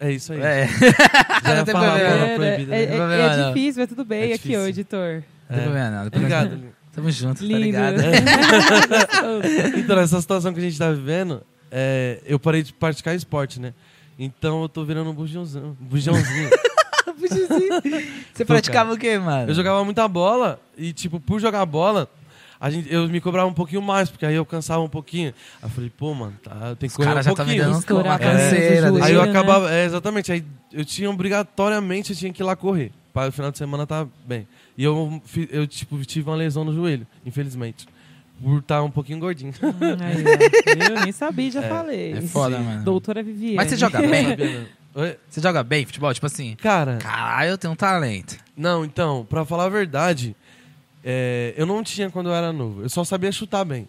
É isso aí.
É,
Já
não
ia
tem
falar a
problema.
palavra
É,
proibida,
é,
né?
é-
Não,
é
não, não.
difícil, mas tudo bem
É
aqui,
difícil.
ó, editor.
não tem problema,
é.
não. Depois nós-
Obrigado. Lino.
Tamo junto, tá
Lindo.
ligado?
Então, essa situação que a gente tá vivendo, é, eu parei de praticar esporte, né? Então eu tô virando um bujãozão. bujãozinho.
Você praticava o quê, mano?
eu jogava muita bola e, tipo, por jogar bola, a gente, eu me cobrava um pouquinho mais, porque aí eu cansava um pouquinho. Aí eu falei, pô, mano, tá, eu tenho que
Os
correr
caras já
um
tá me
pouquinho.
dando uma
Estourar
a camisa
canseira.
do
deixa-
Aí eu
Giro, né?
acabava, é, exatamente, aí eu tinha obrigatoriamente eu tinha que ir lá correr. Para o final de semana tá bem. E eu, fi- eu tipo, tive uma lesão no joelho, infelizmente. Por estar um pouquinho gordinho.
Hum, aí, ó. Eu nem sabia, já falei.
É foda, mano.
Doutora Viviane.
Mas você joga bem?
Sabia, né? Oi?
Você joga bem futebol? Tipo assim,
Cara,
caralho, eu tenho um talento.
não, então, pra falar a verdade, é, eu não tinha quando eu era novo. Eu só sabia chutar bem.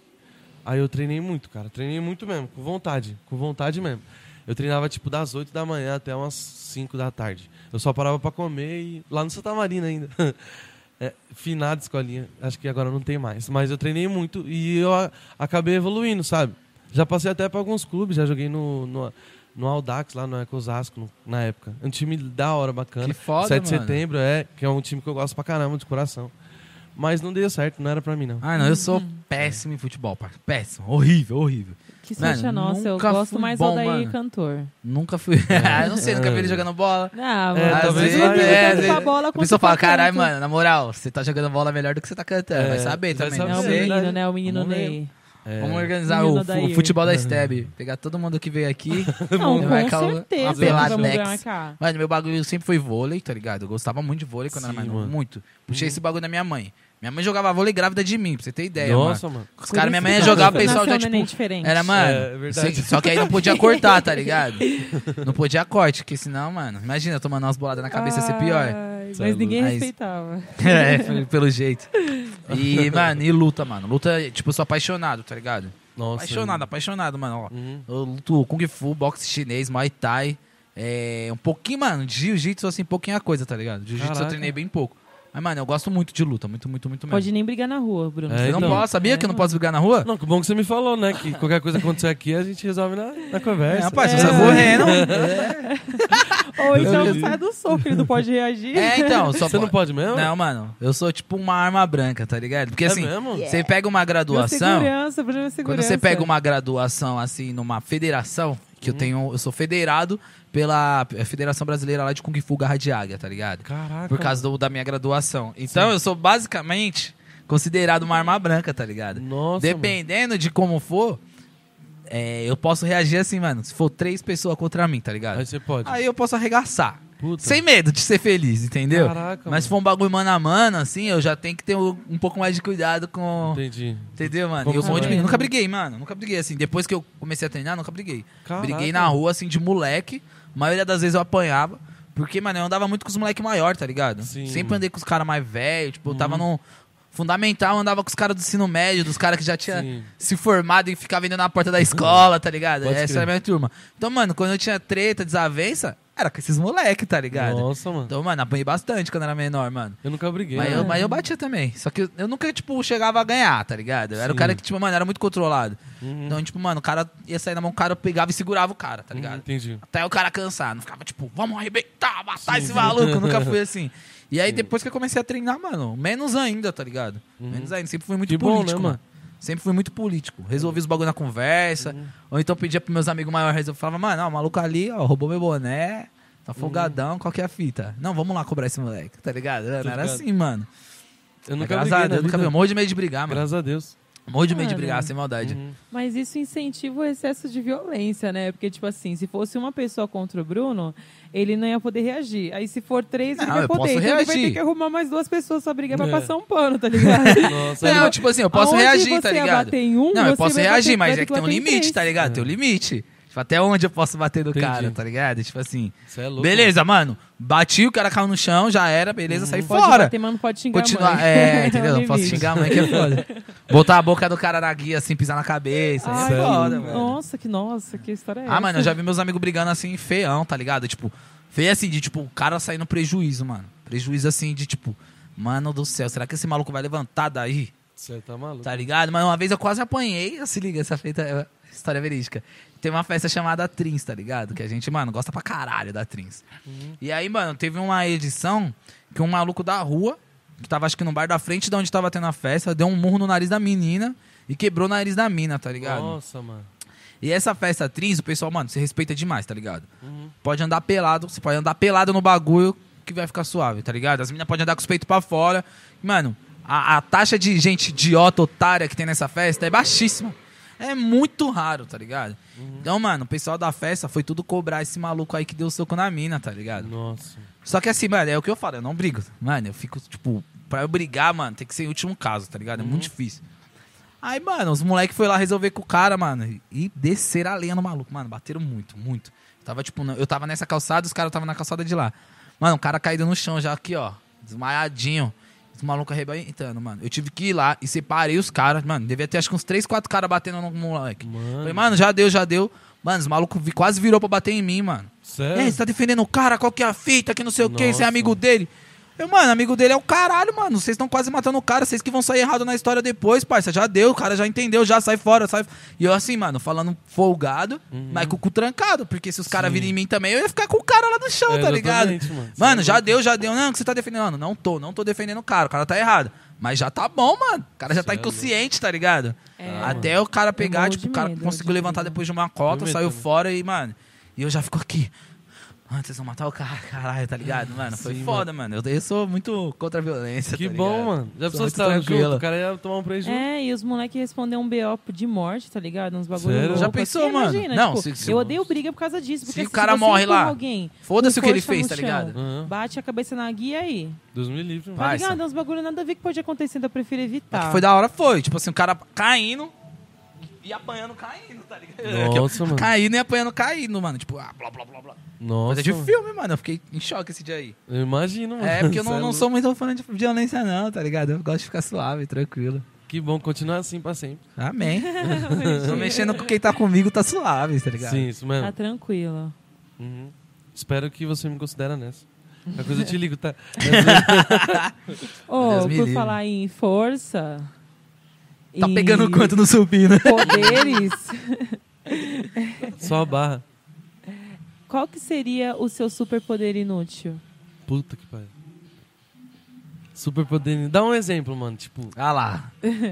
Aí eu treinei muito, cara. Treinei muito mesmo, com vontade. Com vontade mesmo. Eu treinava, tipo, das 8 da manhã até umas 5 da tarde. Eu só parava pra comer e... Lá no Santa Marina ainda. É, finada escolinha. Acho que agora não tem mais. Mas eu treinei muito e eu a- acabei evoluindo, sabe? Já passei até pra alguns clubes. Já joguei no, no, no Aldax, lá no Ecosasco, no- na época. É um time da hora, bacana.
Que foda,
7 de
mano.
setembro, é. Que é um time que eu gosto pra caramba, de coração. Mas não deu certo, não era pra mim, não.
Ah, não, eu sou péssimo em futebol, parça. Péssimo, horrível, horrível.
Que
Mano,
sucha nossa, eu
nunca
gosto
fui
mais
bom,
do Daí
mano.
cantor.
Nunca fui. Ah, não sei, nunca vi ele jogando bola.
Ah,
É,
mano.
talvez
Talvez
vai- é, às
com a
vezes-
bola
A
quanto
pessoa
pra
fala, caralho,
canto."
mano, na moral, você tá jogando bola melhor do que você tá cantando.
É,
vai saber
vai
também.
saber.
É o
Sim.
menino, né? O menino
Vamos
Ney.
É. Uhum.
Vamos organizar
Menino
o, fu-
Odair.
o futebol da Steb. Pegar todo mundo que veio aqui.
Não,
Vamos marcar
com
uma- uma
certeza.
pelada
Vamos
Lex.
marcar.
Mano, meu bagulho sempre foi vôlei, tá ligado? Eu gostava muito de vôlei quando era
Sim,
mais novo.
mano. Uhum.
Muito. Puxei esse bagulho da minha mãe. Minha mãe jogava vôlei grávida de mim, pra você ter ideia,
Nossa, mano.
mano. Os caras, minha mãe ia
Por isso
jogar,
que
o pessoal
nasceu
já,
um neném
tipo...
diferente.
Era, mano.
É, verdade.
Só que aí não podia cortar, tá ligado? Não podia corte, porque senão, mano, imagina eu tomando umas boladas na cabeça
Ah.
ia ser pior.
Ai,
Cê é
Mas
louco.
ninguém
Mas-
respeitava.
é, foi pelo jeito. E, mano, e luta, mano. Luta, tipo, eu sou apaixonado, tá ligado?
Nossa.
Apaixonado, apaixonado, mano. Ó,
Uhum.
Eu luto Kung Fu, boxe chinês, Muay Thai. É, um pouquinho, mano, de jiu-jitsu, assim, pouquinha coisa, tá ligado? Jiu-jitsu eu
Caraca.
treinei bem pouco. Mas, mano, eu gosto muito de luta, muito, muito, muito mesmo.
Pode nem brigar na rua, Bruno.
É,
Eu não
então.
posso, sabia que eu não posso brigar na rua?
Não, que bom que você me falou, né? Que qualquer coisa que acontecer aqui, a gente resolve na, na
É,
conversa.
rapaz,
É.
você tá correndo.
Ou então
Deus me
sai do soco, ele não pode reagir.
É, então, só
Você não pode mesmo?
Não, mano, eu sou tipo uma arma branca, tá ligado? Porque
É
assim,
mesmo?
você pega uma
Meu
graduação,
segurança, Bruno é
Quando
segurança.
você pega uma graduação, assim, numa federação, que
Uhum.
eu tenho. Eu sou federado pela Federação Brasileira lá de Kung Fu Garra de Águia, tá ligado?
Caraca.
Por causa do- da minha graduação. Então eu sou basicamente considerado uma arma branca, tá ligado?
Nossa,
Dependendo de como for, é, eu posso reagir assim, mano. Se for três pessoas contra mim, tá ligado?
mano. Aí você pode.
Aí eu posso arregaçar.
Puta.
Sem medo de ser feliz, entendeu?
Caraca,
Mas se for um bagulho mano a mano, assim, eu já tenho que ter um, um pouco mais de cuidado com.
Entendi.
Entendeu, mano?
Como
eu
você
morro de
vai?
medo. Nunca briguei, mano. Nunca briguei, assim. Depois que eu comecei a treinar, nunca briguei.
Caraca.
Briguei na rua, assim, de moleque. A maioria das vezes eu apanhava. Porque, mano, eu andava muito com os moleques maiores, tá ligado?
Sim. Uhum.
Sempre andei com os caras mais velhos. Tipo, eu tava no fundamental, eu andava com os caras do ensino médio, dos caras que já tinha
Sim.
se formado e ficava indo na porta da escola, tá ligado?
Pode
Essa
crer.
era a minha turma. Então, mano, quando eu tinha treta, desavença, era com esses moleques, tá ligado?
Nossa, mano.
Então, mano, apanhei bastante quando era menor, mano.
Eu nunca briguei.
Mas
né?
eu, mas eu batia também. Só que eu- eu nunca, tipo, chegava a ganhar, tá ligado? Eu era o
Sim.
cara que, tipo, mano, era muito controlado.
Uhum.
Então, tipo, mano, o cara ia sair na mão, o cara pegava e segurava o cara, tá
Uhum,
ligado?
Entendi.
Até o cara cansar. Não ficava, tipo, vamos arrebentar, matar
Sim.
esse maluco. Eu nunca fui assim. E aí, depois que eu comecei a treinar, mano, menos ainda, tá ligado? Menos ainda. Sempre fui muito
Uhum. Que bom,
político,
né,
mano. Sempre fui muito político. Resolvi os bagulho na conversa.
Uhum.
Ou então pedia pros meus amigos maiores. Eu falava, mano, ó, o maluco ali, ó, roubou meu boné.
Uhum.
Tá folgadão, qual que é a fita? Não, vamos lá cobrar esse moleque, tá ligado? Não era
ligado.
assim, mano.
Eu nunca
Graças a
briguei. na
Deus, nunca vi.
vida.
Eu morro de medo de brigar, mano.
Graças a Deus.
Morro de medo de brigar,
Cara.
sem maldade.
Uhum.
Mas isso incentiva o excesso de violência, né? Porque, tipo assim, se fosse uma pessoa contra o Bruno, ele não ia poder reagir. Aí, se for três, ele
Não,
vai
eu
poder.
posso
Então, ele vai
reagir.
ter que arrumar mais duas pessoas pra brigar pra
É.
passar um pano, tá ligado?
Nossa,
Não,
eu-
tipo assim, eu posso
Aonde
reagir, tá
você
ligado?
abater em um,
não, eu
você
posso
vai bater-
reagir,
vai
mas
ter que
é que tem um
bater em
limite,
três.
tá ligado? Tem um limite. Tipo, até onde eu posso bater no
Entendi.
cara, tá ligado? Tipo assim.
Você é louco.
Beleza, mano. Bati, o cara caiu no chão, já era, beleza, saí
Hum. Pode
fora.
bater, mas não pode xingar a
Continuar.
mãe.
É,
o
entendeu? Não posso
limite.
xingar a mãe que é foda. Botar a boca do cara na guia, assim, pisar na cabeça.
Ai,
é foda,
mano.
mano.
Nossa, que nossa, que história é essa?
Ah, mano, eu já vi meus amigos brigando assim, feião, tá ligado? Tipo, feio assim, de tipo, o cara saindo prejuízo, mano. Prejuízo assim, de tipo, mano do céu, será que esse maluco vai levantar daí?
Você tá maluco.
Tá ligado? Mas uma vez eu quase apanhei, se liga, essa feita é história verídica. Tem uma festa chamada Trins, tá ligado? Que a gente, mano, gosta pra caralho da Trins.
Uhum.
E aí, mano, teve uma edição que um maluco da rua, que tava acho que no bar da frente de onde tava tendo a festa, deu um murro no nariz da menina e quebrou o nariz da mina, tá ligado?
Nossa, mano.
E essa festa trins, o pessoal, mano, se respeita demais, tá ligado? Pode andar pelado, você pode andar pelado no bagulho que vai ficar suave, tá ligado? As meninas podem andar com os peitos pra fora. Mano, a, a taxa de gente idiota, otária que tem nessa festa é baixíssima. É muito raro, tá ligado? Então, mano, o pessoal da festa foi tudo cobrar esse maluco aí que deu soco na mina, tá ligado?
Nossa.
Só que assim, mano, é o que eu falo, eu não brigo. Mano, eu fico, tipo, pra eu brigar, mano, tem que ser o último caso, tá ligado? É muito difícil. Aí, mano, os moleques foram lá resolver com o cara, mano, e desceram a lenha no maluco. Mano, bateram muito, muito. Eu tava, tipo, na- eu tava nessa calçada, os caras estavam na calçada de lá. Mano, o cara caído no chão já aqui, ó, desmaiadinho. Os malucos arrebentando, mano. Eu tive que ir lá e separei os caras, mano. Devia ter acho que uns 3, 4 caras batendo no moleque.
Mano.
Falei, mano, já deu, já deu. Mano, os malucos vi- quase virou pra bater em mim, mano.
Sério?
É, você tá defendendo o cara, qual que é a fita, que não sei o que, você é
Nossa.
amigo dele. Eu, mano, amigo dele é o caralho, mano. Vocês estão quase matando o cara, vocês que vão sair errado na história depois, parça. Já deu, o cara já entendeu, já sai fora, sai. E eu assim, mano, falando folgado, mas com o cu trancado. Porque se os caras
Uhum. Sim.
virem em mim também, eu ia ficar com o cara lá no chão,
É,
tá ligado?
exatamente, mano. é
Mano, já deu, já deu. Não, que você tá defendendo. Mano, não tô, não tô defendendo o cara, o cara tá errado. Mas já tá bom, mano. O cara já tá
Cê é Ah, louco.
inconsciente, tá ligado?
É,
Até o cara pegar,
morro
tipo,
de
o cara
medo
conseguiu
de
levantar
brigar.
depois de uma cota,
Primeiro
saiu
também.
fora e, mano. E eu já fico aqui. Mano, vocês vão matar o cara, caralho, tá ligado? Mano, foi
Sim,
foda, mano. Eu, eu sou muito contra a violência.
Que
tá
bom,
ligado?
mano. Já
Sou
precisou
muito
estar junto.
tranquila.
O cara ia tomar um prejuízo.
É, e os moleques respondeu um BO de morte, tá ligado? Uns
Sério?
bagulho.
Já
louco,
pensou,
assim,
mano?
Imagina,
Não,
tipo,
se- se-
eu odeio briga por causa disso. Porque
o cara
você
morre lá,
empurra alguém,
foda-se o que ele
encosta
fez,
no
tá
chão,
ligado?
Aham.
Bate a cabeça na guia aí.
Deus me livre, mano.
Tá
Vai,
ligado?
Sam.
É uns bagulho nada a ver que pode acontecer, então eu prefiro
O
evitar.
Ah.
que foi da hora foi. Tipo assim, o cara caindo e apanhando, caindo, tá ligado?
Nossa, mano.
Caindo e apanhando, caindo, mano. Tipo, ah, blá, blá, blá, blá.
Nossa.
Coisa de
mano.
filme, mano. Eu fiquei em choque esse dia aí.
Eu imagino, mano.
É, porque eu
Cê
não, não
louco.
sou muito fã de violência, não, tá ligado? Eu gosto de ficar suave, tranquilo.
Que bom, continuar assim pra sempre.
Amém. Tô mexendo com quem tá comigo, tá suave, tá ligado?
Sim, isso mesmo.
Tá tranquilo.
Uhum. Espero que você me considera nessa. Qualquer coisa eu te ligo, tá?
Oh,
Deus
por
me livre.
falar em força.
Tá
e
pegando quanto no subir, né?
Poderes.
Só a barra.
Qual que seria o seu superpoder inútil?
Puta que pariu. Super poder. Dá um exemplo, mano. Tipo,
Ah lá.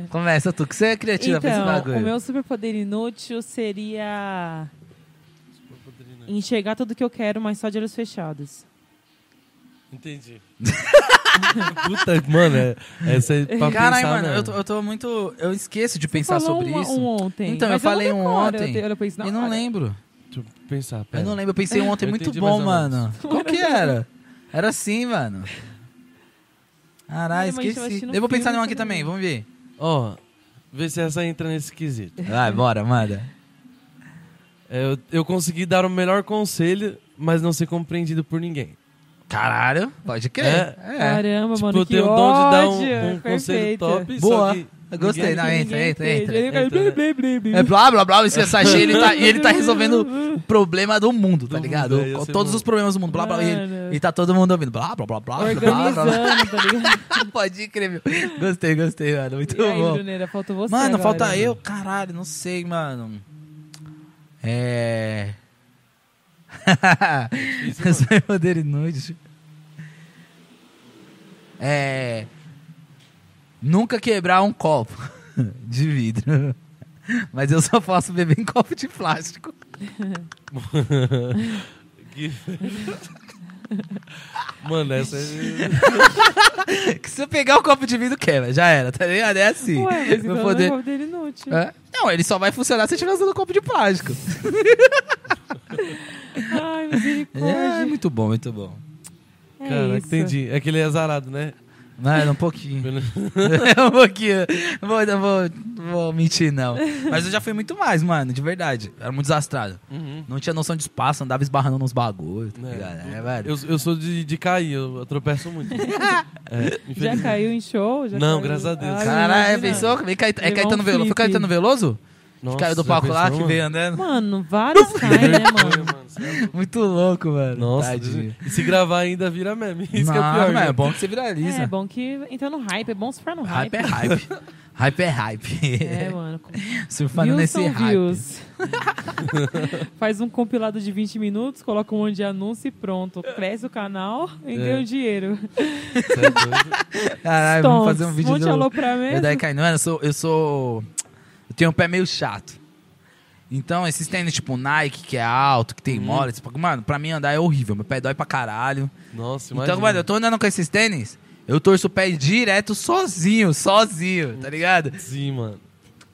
Começa tu, que você é criativa pra esse
então,
bagulho.
o meu superpoder inútil seria enxergar tudo que eu quero, mas só de olhos fechados.
Entendi. Puta, mano, é, essa é pra
Caralho,
pensar
mano,
mesmo.
eu tô, eu tô muito. Eu esqueço de pensar
Falou
sobre
um,
isso.
um ontem.
Então, eu
mas
falei
não
um
decoro,
ontem
Eu, te- eu penso na
e não
hora.
lembro.
Deixa eu pensar, pera.
Eu não lembro, eu pensei ontem,
Eu
muito
entendi mais
bom,
ou menos.
mano. Qual que era? Era assim, mano. Caralho,
Mano, mas eu
esqueci.
assisti no
Eu vou pensar
filme,
em um aqui
você não
também, vamos ver.
Ó, vê se essa entra nesse quesito.
Vai, bora, manda.
É, Eu, eu consegui dar o melhor conselho, mas não ser compreendido por ninguém.
Caralho, pode crer. É.
Caramba,
tipo,
mano,
eu
que
tenho o dom
ódio.
de dar um, um conselho
Perfeito.
top,
Boa.
só que...
Eu gostei, não,
Ninguém
entra, entra,
entende.
entra.
Ele fica-
Entra, né?
blim, blim, blim.
É blá blá blá, esse sachê ele tá, e ele tá resolvendo o problema do mundo, tá
Do
ligado?
mundo, é, ia ser
Todos
bom.
os problemas do mundo, blá blá. E, ele-
Mano.
e tá todo mundo ouvindo, blá blá blá blá. blá, blá, blá, blá.
Organizando, tá ligado?
Pode crer, meu. Gostei, gostei, mano. Muito
E aí,
bom.
Brunera, falta você
Mano,
agora. né?
falta eu? Caralho, não sei, mano. É. Esse é poder inútil. É. Nunca quebrar um copo de vidro. Mas eu só posso beber em copo de plástico.
Que- Mano, essa é...
Que se eu pegar o copo de vidro, quebra. Já era, tá ligado? É assim.
Ué, mas
Meu
então
poder-
não é poder inútil.
Hã? Não, ele só vai funcionar se eu estiver usando copo de plástico.
Ai,
É,
misericórdia.
muito bom, muito bom.
É
Cara,
isso.
entendi. É que ele é azarado, né?
Mano, um pouquinho.
Pelo-
um pouquinho. Vou, não vou, não vou mentir, não. Mas eu já fui muito mais, mano, de verdade. Era muito desastrado.
Uhum.
Não tinha noção de espaço, andava esbarrando nos bagulhos, tá
É.
ligado? É, velho.
Eu, eu sou de, de cair, eu, eu tropeço muito. É,
Já
infelizmente.
caiu em show? Já
Não,
caiu-
graças a Deus.
Ai,
Caralho,
imagina.
pensou? É Cai- é
Levar
Caetano
um
Veloso. Foi
flip.
Caetano Veloso?
Nossa,
que caiu do
já
palco lá,
pensou, mano?
que veio andando.
Mano, vários caem, né, mano?
Você é louco.
Muito louco, mano.
Nossa,
Tadinho.
e se gravar ainda vira meme. Isso
Não,
que é o pior.
mas é
né?
bom que você
É,
viraliza.
é bom que entra no hype, é bom surfar no
hype
hype.
é hype. hype é hype.
É, mano.
Surfando
Views
nesse
são
hype.
views. Faz um compilado de 20 minutos, coloca um monte de anúncio e pronto. Cresce o canal e
É.
ganha o dinheiro.
Você é doido.
Caralho, vamos fazer um vídeo
monte
do...
alô pra
É
mim.
Verdade, Caio. Não, eu sou, eu sou. Eu tenho um pé meio chato. Então, esses tênis tipo Nike, que é alto, que tem
Uhum.
Hum.
mola, tipo, mano, pra mim andar é horrível. Meu pé dói pra caralho.
Nossa, imagina.
Então, mano, eu tô andando com esses tênis, eu torço o pé direto sozinho, sozinho, tá ligado?
Sim, mano.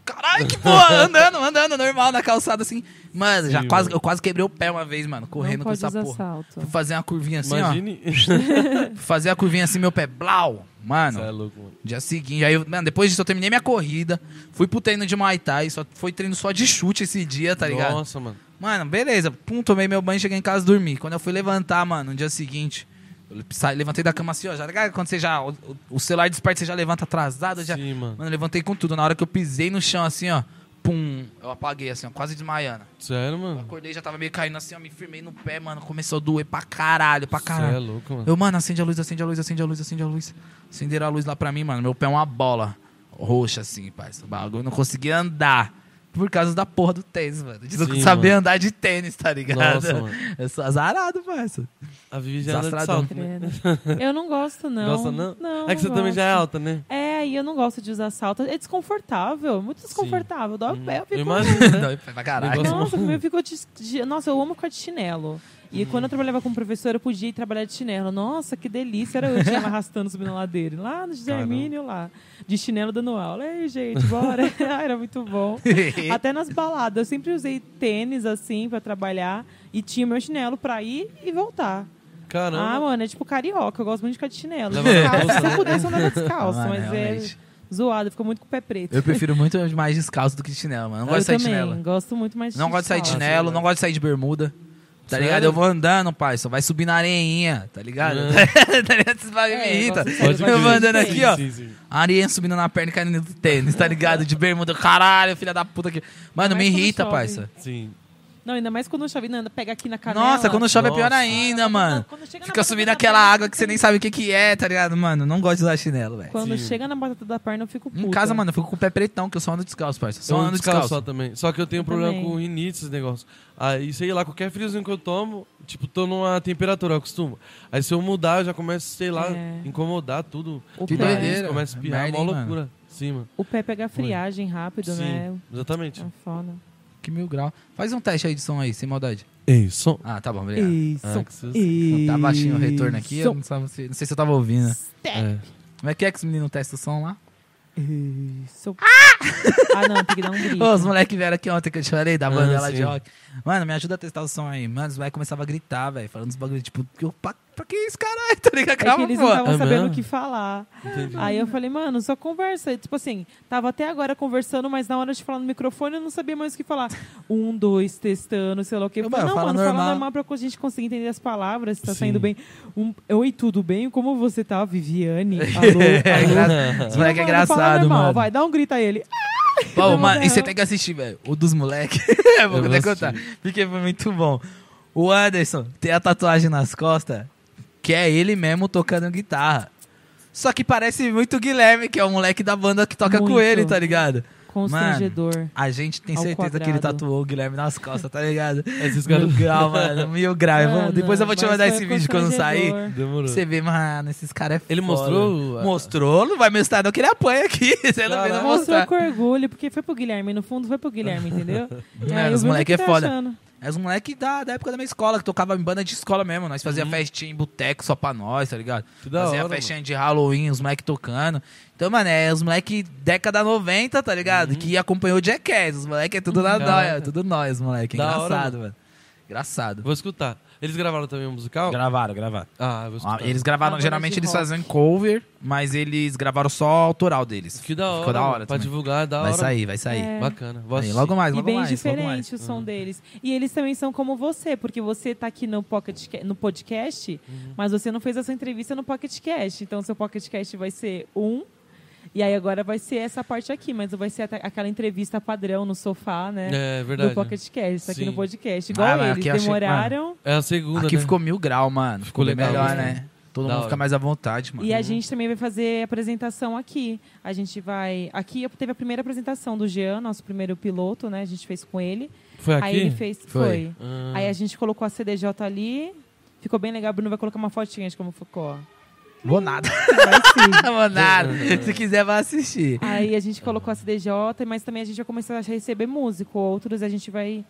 Caralho, que porra! Andando, andando, normal na calçada assim. Mano, já
Sim,
quase,
mano.
eu quase quebrei o pé uma vez, mano,
Não
correndo com
pode
essa
usar
porra.
salto.
Fui fazer uma curvinha assim,
Imagine.
ó. Fui fazer a curvinha assim, meu pé, blau! Mano,
Você é louco, mano.
Dia seguinte, aí eu, mano, depois disso eu terminei minha corrida, fui pro treino de Muay Thai, só foi treino só de chute esse dia, tá ligado?
Nossa, mano.
Mano, beleza, pum, tomei meu banho, cheguei em casa e dormi. Quando eu fui levantar, mano, no dia seguinte, eu saí- levantei da cama assim, ó, já ligado? Quando você já, o, o celular desperta, você já levanta atrasado, já...
Sim, mano.
Mano, eu levantei com tudo, na hora que eu pisei no chão assim, ó, pum, eu apaguei assim, ó, quase desmaiando.
Sério,
Eu
mano?
acordei, já tava meio caindo assim, ó, me firmei no pé, mano, começou a doer pra caralho, pra caralho.
Você é louco, mano.
Eu, mano, acende a luz, acende a luz, acende a luz, acende a luz. Acenderam a luz lá pra mim, mano. Meu pé é uma bola roxa, assim, parça. O bagulho eu não conseguia andar. Por causa da porra do tênis, mano. De não
Sim,
saber
mano.
andar de tênis, tá ligado?
Nossa, mano.
Eu sou azarado, parça.
A Vivi já anda de
Desastradão.
salto. né?
Credo. Eu não gosto, não.
Gosta, não?
Não,
É que você
não
também já é
gosto.
alta, né?
É, e eu não gosto de usar salto. É desconfortável, muito desconfortável. Dói o pé, É, eu
Eu
fico...
imagino, né?
Não, pra caralho.
Negócio-
Nossa, como eu fico de, de- Nossa, eu amo ficar de chinelo. E
Uhum.
quando eu trabalhava como professora, eu podia ir trabalhar de chinelo. Nossa, que delícia. Era eu de lá arrastando, subindo a ladeira. Lá no José
Caramba.
Hermínio, lá. De chinelo dando aula. Ei, gente, bora. Ah, Era muito bom. Até nas baladas. Eu sempre usei tênis, assim, pra trabalhar. E tinha meu chinelo pra ir e voltar. Ah,
Caramba.
mano, é tipo carioca, eu gosto muito de ficar de chinelo.
Leva na
Descalço,
bolsa,
se eu
né?
pudesse, eu andava descalço,
Mano,
mas
Ah, realmente.
é zoado, fica muito com o pé preto.
Eu prefiro muito mais descalço do que de chinelo, mano. Não gosto de sair de
também,
chinelo.
gosto muito mais
Não gosto de sair de
descalço.
chinelo, não gosto de sair de bermuda. Tá
Sério?
ligado? Eu vou andando, parça. Vai subir na areinha, tá ligado? tá ligado? Esses bagulho me
É,
irritam.
gosto de sair
Pode
do
Eu vou
crer.
andando aqui, ó.
Sim, sim, sim.
A areia subindo na perna e caindo do tênis, tá ligado? De bermuda, caralho, filha da puta aqui. Mano,
Mas
me
quando
irrita,
chove.
parça.
Sim.
Não, ainda mais quando chove, não, pega aqui na canela.
Nossa, quando chove é pior
Nossa.
Ah,
ainda, mano.
quando chega na
Fica
batata
subindo
da né?
aquela
perna,
água que você nem sabe o que que é, tá ligado? Mano, não gosto de usar chinelo, velho.
Quando
Sim.
chega na batata da perna, eu fico puta.
Em casa, mano, eu fico com o pé pretão, que eu só ando descalço, parça. Só
eu
ando
descalço
descalço.
só também. Só que eu tenho
Eu
problema
também.
com rinite, esses negócios. Aí, sei lá, qualquer friozinho que eu tomo, tipo, tô numa temperatura, eu acostumo. Aí se eu mudar, eu já começo, sei lá,
É.
incomodar tudo.
O
Que
pé,
doideira.
Começa a espirrar,
Merda,
mó
hein, mano?
loucura. Sim, mano.
O pé pega friagem rápido,
Sim,
né?
exatamente.
É foda.
Que mil grau. Faz um teste aí de som aí, sem maldade.
Ei, som.
Ah, tá bom, obrigado.
Isso.
Ah, que susto.
Isso.
Tá baixinho o retorno aqui, eu não, sabe se, não sei se eu tava ouvindo. né?
É.
Como é que é que os meninos testam o som lá?
É. Isso. Ah, não, tem que dar um grito.
Ô, os moleques vieram aqui ontem que eu te falei, da banda
Ah,
lá
sim.
de rock. Mano, me ajuda a testar o som aí. Mano, os moleques começavam a gritar, velho, falando os bagulho, tipo, eu, pra, pra que isso, caralho? Tá ligado?
É que
Calma,
eles não
pô.
estavam
É
sabendo
mesmo?
o que falar.
Entendi.
Aí eu falei, mano, só conversa. Tipo assim, tava até agora conversando, mas na hora de falar no microfone eu não sabia mais o que falar. Um, dois, testando, sei lá o quê. Eu
Eu,
falei,
mano,
não,
fala
mano, fala
normal.
normal pra a gente conseguir entender as palavras, se tá
Sim.
saindo bem. Um, Oi, tudo bem? Como você tá, Viviane? Alô?
É
Alô?
engraçado.
Não, mano,
Os moleques é
fala
engraçado,
normal,
mano.
Vai, dá um grito a ele.
Pô,
Não,
mano,
não.
e você tem que assistir, velho. O dos moleques. é, vou
Eu vou
até contar.
assistir.
Porque foi muito bom. O Anderson tem a tatuagem nas costas, que é ele mesmo tocando guitarra. Só que parece muito o Guilherme, que é o moleque da banda que toca com
Muito.
ele, tá ligado?
Constrangedor.
A gente tem
Ao
certeza que ele
quadrado.
tatuou o Guilherme nas costas, tá ligado?
Esses
Mil
caras.
grau, mano. Mil grau. Eu vou-
Mano,
depois eu vou te
mas
mandar
foi
esse vídeo quando sair.
constrangedor.
Demorou.
Você vê, mano, esses caras é
Ele
foda.
mostrou?
Mostrou, não vai mostrar não que ele apanha aqui. Você não vê,
Caralho.
não
Mostrou
mostrar.
com orgulho, porque foi pro Guilherme, no fundo foi pro Guilherme, entendeu? E
Mano,
aí eu
os
vi o
moleque
que
é
tá
foda.
achando.
É os moleques da, da época da minha escola, que tocava em banda de escola mesmo. Nós fazia
Uhum.
festinha em boteco só pra nós, tá ligado?
Que da
fazia
hora,
festinha de Halloween, os moleques tocando. Então, mano, é os moleques década 90, tá ligado?
Uhum.
Que acompanhou o Jackass. Os moleques é tudo na
Da
nóia,
hora.
tudo nós, moleque. É
Uhum. Da hora,
Engraçado,
mano.
mano. Engraçado.
Vou escutar. Eles gravaram também o musical?
Gravaram, gravaram.
Ah, eu vou escutar.
Oh. Ah, eles
Uma
gravaram,
banda
geralmente
de
eles
rock.
faziam cover, mas eles gravaram só o autoral deles.
Que da hora.
Ficou da
mano.
hora
Pra
também.
divulgar, é da
Vai
hora.
sair, vai sair.
É.
Bacana. Vou
Aí,
assistir.
logo mais,
E
logo
bem
mais. logo mais. Uhum.
diferente o som deles. E eles também são como você, porque você tá aqui no, pocket, no podcast,
Uhum.
mas você não fez a sua entrevista no podcast. Então, seu podcast vai ser um. E aí agora vai ser essa parte aqui, mas vai ser até aquela entrevista padrão no sofá, né?
É verdade.
do podcast, aqui
Sim.
no podcast. Igual
Ah, mas
eles,
aqui eu achei-
demoraram.
É a segunda,
Aqui
né?
ficou mil grau, mano.
Ficou
Ficou, bem
legal,
melhor,
né?
né? Todo
Da
mundo
hora.
fica mais à vontade, mano.
E a gente também vai fazer apresentação aqui. A gente vai. Aqui teve a primeira apresentação do Jean, nosso primeiro piloto, né? A gente fez com ele.
Foi aqui?
Aí ele fez.
Foi.
foi.
Ah,
Aí a gente colocou a CDJ ali. Ficou bem legal. Bruno vai colocar uma fotinha de como ficou.
Vou nada.
Vai sim.
Vou nada. Se quiser, vai assistir.
Aí a gente colocou a CDJ, mas também a gente vai começar a receber músico. Outros a gente vai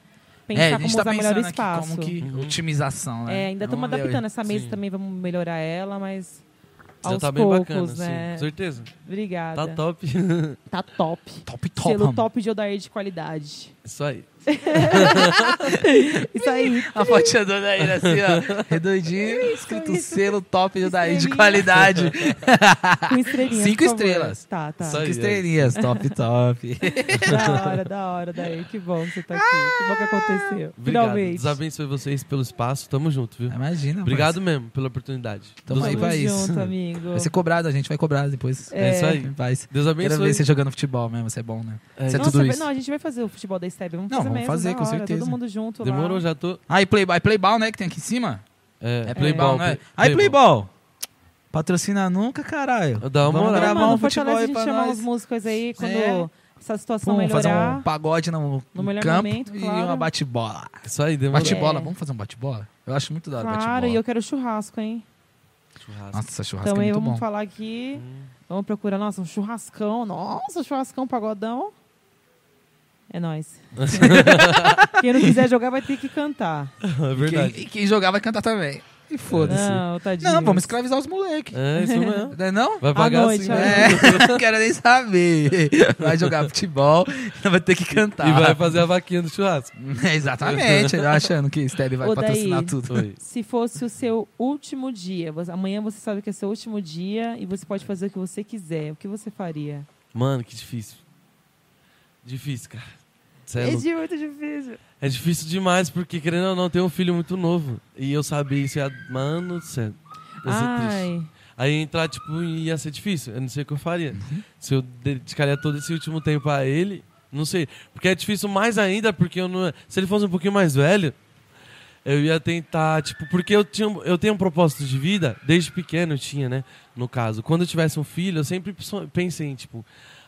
pensar
é, a
como
gente
usar
tá pensando
melhor o
aqui
espaço.
como que
Uhum.
otimização, né?
É, ainda estamos
Vamos ver
adaptando essa mesa
Sim.
também, vamos melhorar ela, mas
já
aos
tá bem
poucos,
bacana,
assim.
sim.
né?
Com certeza.
Obrigada.
Tá top.
top. Tá top.
aí. Top, top,
Selo
mano.
top de Odair de qualidade.
Isso aí.
Isso aí.
A fotinha do Daíra assim, ó. Redondinho, escrito
É isso.
selo top de Daí de
Estrelinha.
qualidade.
Com estrelinhas.
Cinco
por favor.
estrelas.
Tá, tá.
Isso aí.
Cinco estrelinhas, top, top.
Da hora, da hora, daí. Que bom que você tá aqui. Que bom que aconteceu.
Obrigado.
Finalmente.
Deus abençoe vocês pelo espaço. Tamo junto, viu?
Imagina,
Obrigado mesmo pela oportunidade.
Tamo
Deus,
aí pra isso.
junto, amigo.
Vai ser cobrado, a gente vai cobrar depois.
É isso aí.
Em paz.
Deus
Quero
abençoe.
ver você jogando futebol mesmo, você é bom, né?
É
Você é
Nossa,
tudo
vai-
isso.
Não, a gente vai fazer o futebol da Steb. Vamos
Não,
fazer
vamos
mesmo,
fazer,
da
com
hora,
certeza.
Todo mundo junto lá.
Demorou, já tô.
Ah, e Playboy, Playball, né? Que tem aqui em cima.
É,
É Playball,
Playball.
né?
Play-
Aí, Playball. Patrocina nunca, caralho.
Dá uma
Vamos
moral.
Então,
gravar
mano,
um futebol
fortalece
aí
a gente
pra
chamar
nós.
os músicos aí quando
É.
essa situação
Pum, fazer
melhorar.
um pagode no,
No
no
melhor
campo
momento,
e
claro.
uma bate-bola.
Isso aí, demorou.
Bate-
Bate-bola,
É.
vamos fazer um bate-bola? Eu acho muito da hora
Claro,
bate-bola.
e eu quero churrasco, hein?
Churrasco.
Nossa, churrasco
Também
é muito
vamos
bom. Hum.
falar aqui. Vamos procurar, nossa, um churrascão. Nossa, um churrascão pagodão. É nóis. Quem não quiser jogar vai ter que cantar.
É
Quem,
verdade.
e quem jogar vai cantar também. E foda-se. Não,
Não, tadinho.
vamos escravizar os moleques.
É, isso mesmo.
Não é não?
Vai pagar
noite,
assim,
à
né?
É, não quero nem saber. Vai jogar futebol, não vai ter que cantar.
E vai fazer a vaquinha do churrasco.
Exatamente, eu achando que Steb vai
Ô,
patrocinar
Daí.
tudo.
Oi.
Se fosse o seu último dia, você- amanhã você sabe que é seu último dia e você pode fazer o que você quiser. O que você faria?
Mano, que difícil. Difícil, cara. Cê é
É
louco.
de muito difícil.
É difícil demais, porque querendo ou não, tem um filho muito novo. E eu sabia isso ia. Mano do céu. Ia ser é triste.
Ai,
Aí entrar, tipo, ia ser difícil. Eu não sei o que eu faria. Se eu dedicaria todo esse último tempo a ele Não sei. Porque é difícil mais ainda, porque eu não. Se ele fosse um pouquinho mais velho, eu ia tentar, tipo, porque eu, tinha, eu tenho um propósito de vida, desde pequeno eu tinha, né? No caso. Quando eu tivesse um filho, eu sempre pensei em, tipo,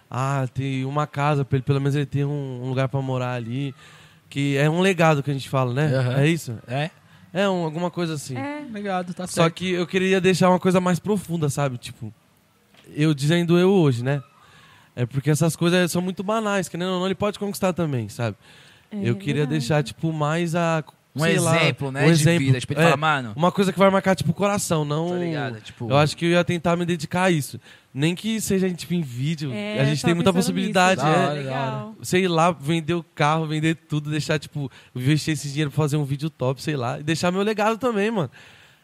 ah, tem uma casa, pra ele, pelo menos ele tem um, um lugar para morar ali. Que é um legado que a gente fala, né?
Aham.
É isso?
É?
É um, alguma coisa assim.
É.
Obrigado, tá
Só
certo.
que eu queria deixar uma coisa mais profunda, sabe? Tipo, eu dizendo eu hoje, né? É porque essas coisas são muito banais, que não, não, ele pode conquistar também, sabe?
É,
eu queria deixar, tipo, mais a.
Um
sei lá,
exemplo, né?
Um
de
exemplo.
vida. Tipo, ele
É,
fala, mano,
uma coisa que vai marcar, tipo, o coração, não.
tá ligado? Tipo,
Eu acho que eu ia tentar me dedicar a isso. Nem que seja, tipo, em vídeo.
É,
a
eu
gente
tava
tem muita
pensando
possibilidade,
nisso. Ah,
Da
é.
hora, da
Legal.
Sei lá, vender o carro, vender tudo, deixar, tipo, investir esse dinheiro pra fazer um vídeo top, sei lá. E deixar meu legado também, mano.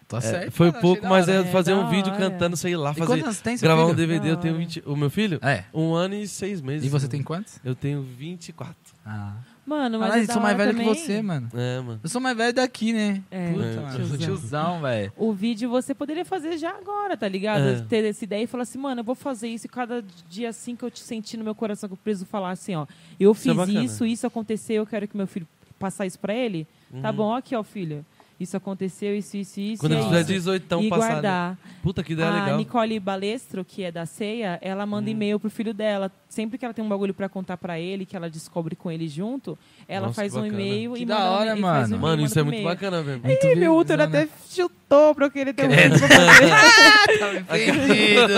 tá
É,
certo.
foi
cara,
pouco,
achei da
mas
hora.
é
É,
fazer
da
um vídeo
hora.
cantando, sei lá,
E
fazer.
quantos anos tem, seu
Gravar um
filho?
DVD, eu tenho
Da hora.
20. O meu filho?
É.
Um ano e seis meses.
E você tem quantos?
Eu tenho 24.
Ah.
Mano, mas.
Caralho,
é da
eu sou mais
hora
velho que
também.
você, mano.
É, mano.
Eu sou mais velho daqui, né?
É,
Puta,
É,
mano. eu
tiozão.
sou tiozão, velho.
O vídeo você poderia fazer já agora, tá ligado?
É.
Ter essa ideia e falar assim, mano, eu vou fazer isso e cada dia assim que eu te senti no meu coração que eu preciso falar assim, ó, eu
Isso é
fiz
bacana.
isso, isso aconteceu, eu quero que meu filho passar isso pra ele. Tá
Uhum.
bom, aqui ó, filho. Isso aconteceu, isso, isso, isso.
Quando
e é
eu fizer
isso.
18, então,
e
passar. né?
guardar.
Puta, que ideia
Ah,
A
legal. Uhum.
Nicole Balestro, que é da ceia, ela manda e-mail pro filho dela. Sempre que ela tem um bagulho pra contar pra ele, que ela descobre com ele junto, ela
Nossa,
faz
que
um
bacana.
e-mail
Que
e
da
manda um-
hora,
e faz
mano.
um e-mail,
Mano,
manda
isso é
pro
muito
e-mail.
bacana, velho.
Muito
Ih, meu útero
virilzona.
até chutou pra eu querer ter um
É,
Credo.
filho pra fazer.
Tá me perdido.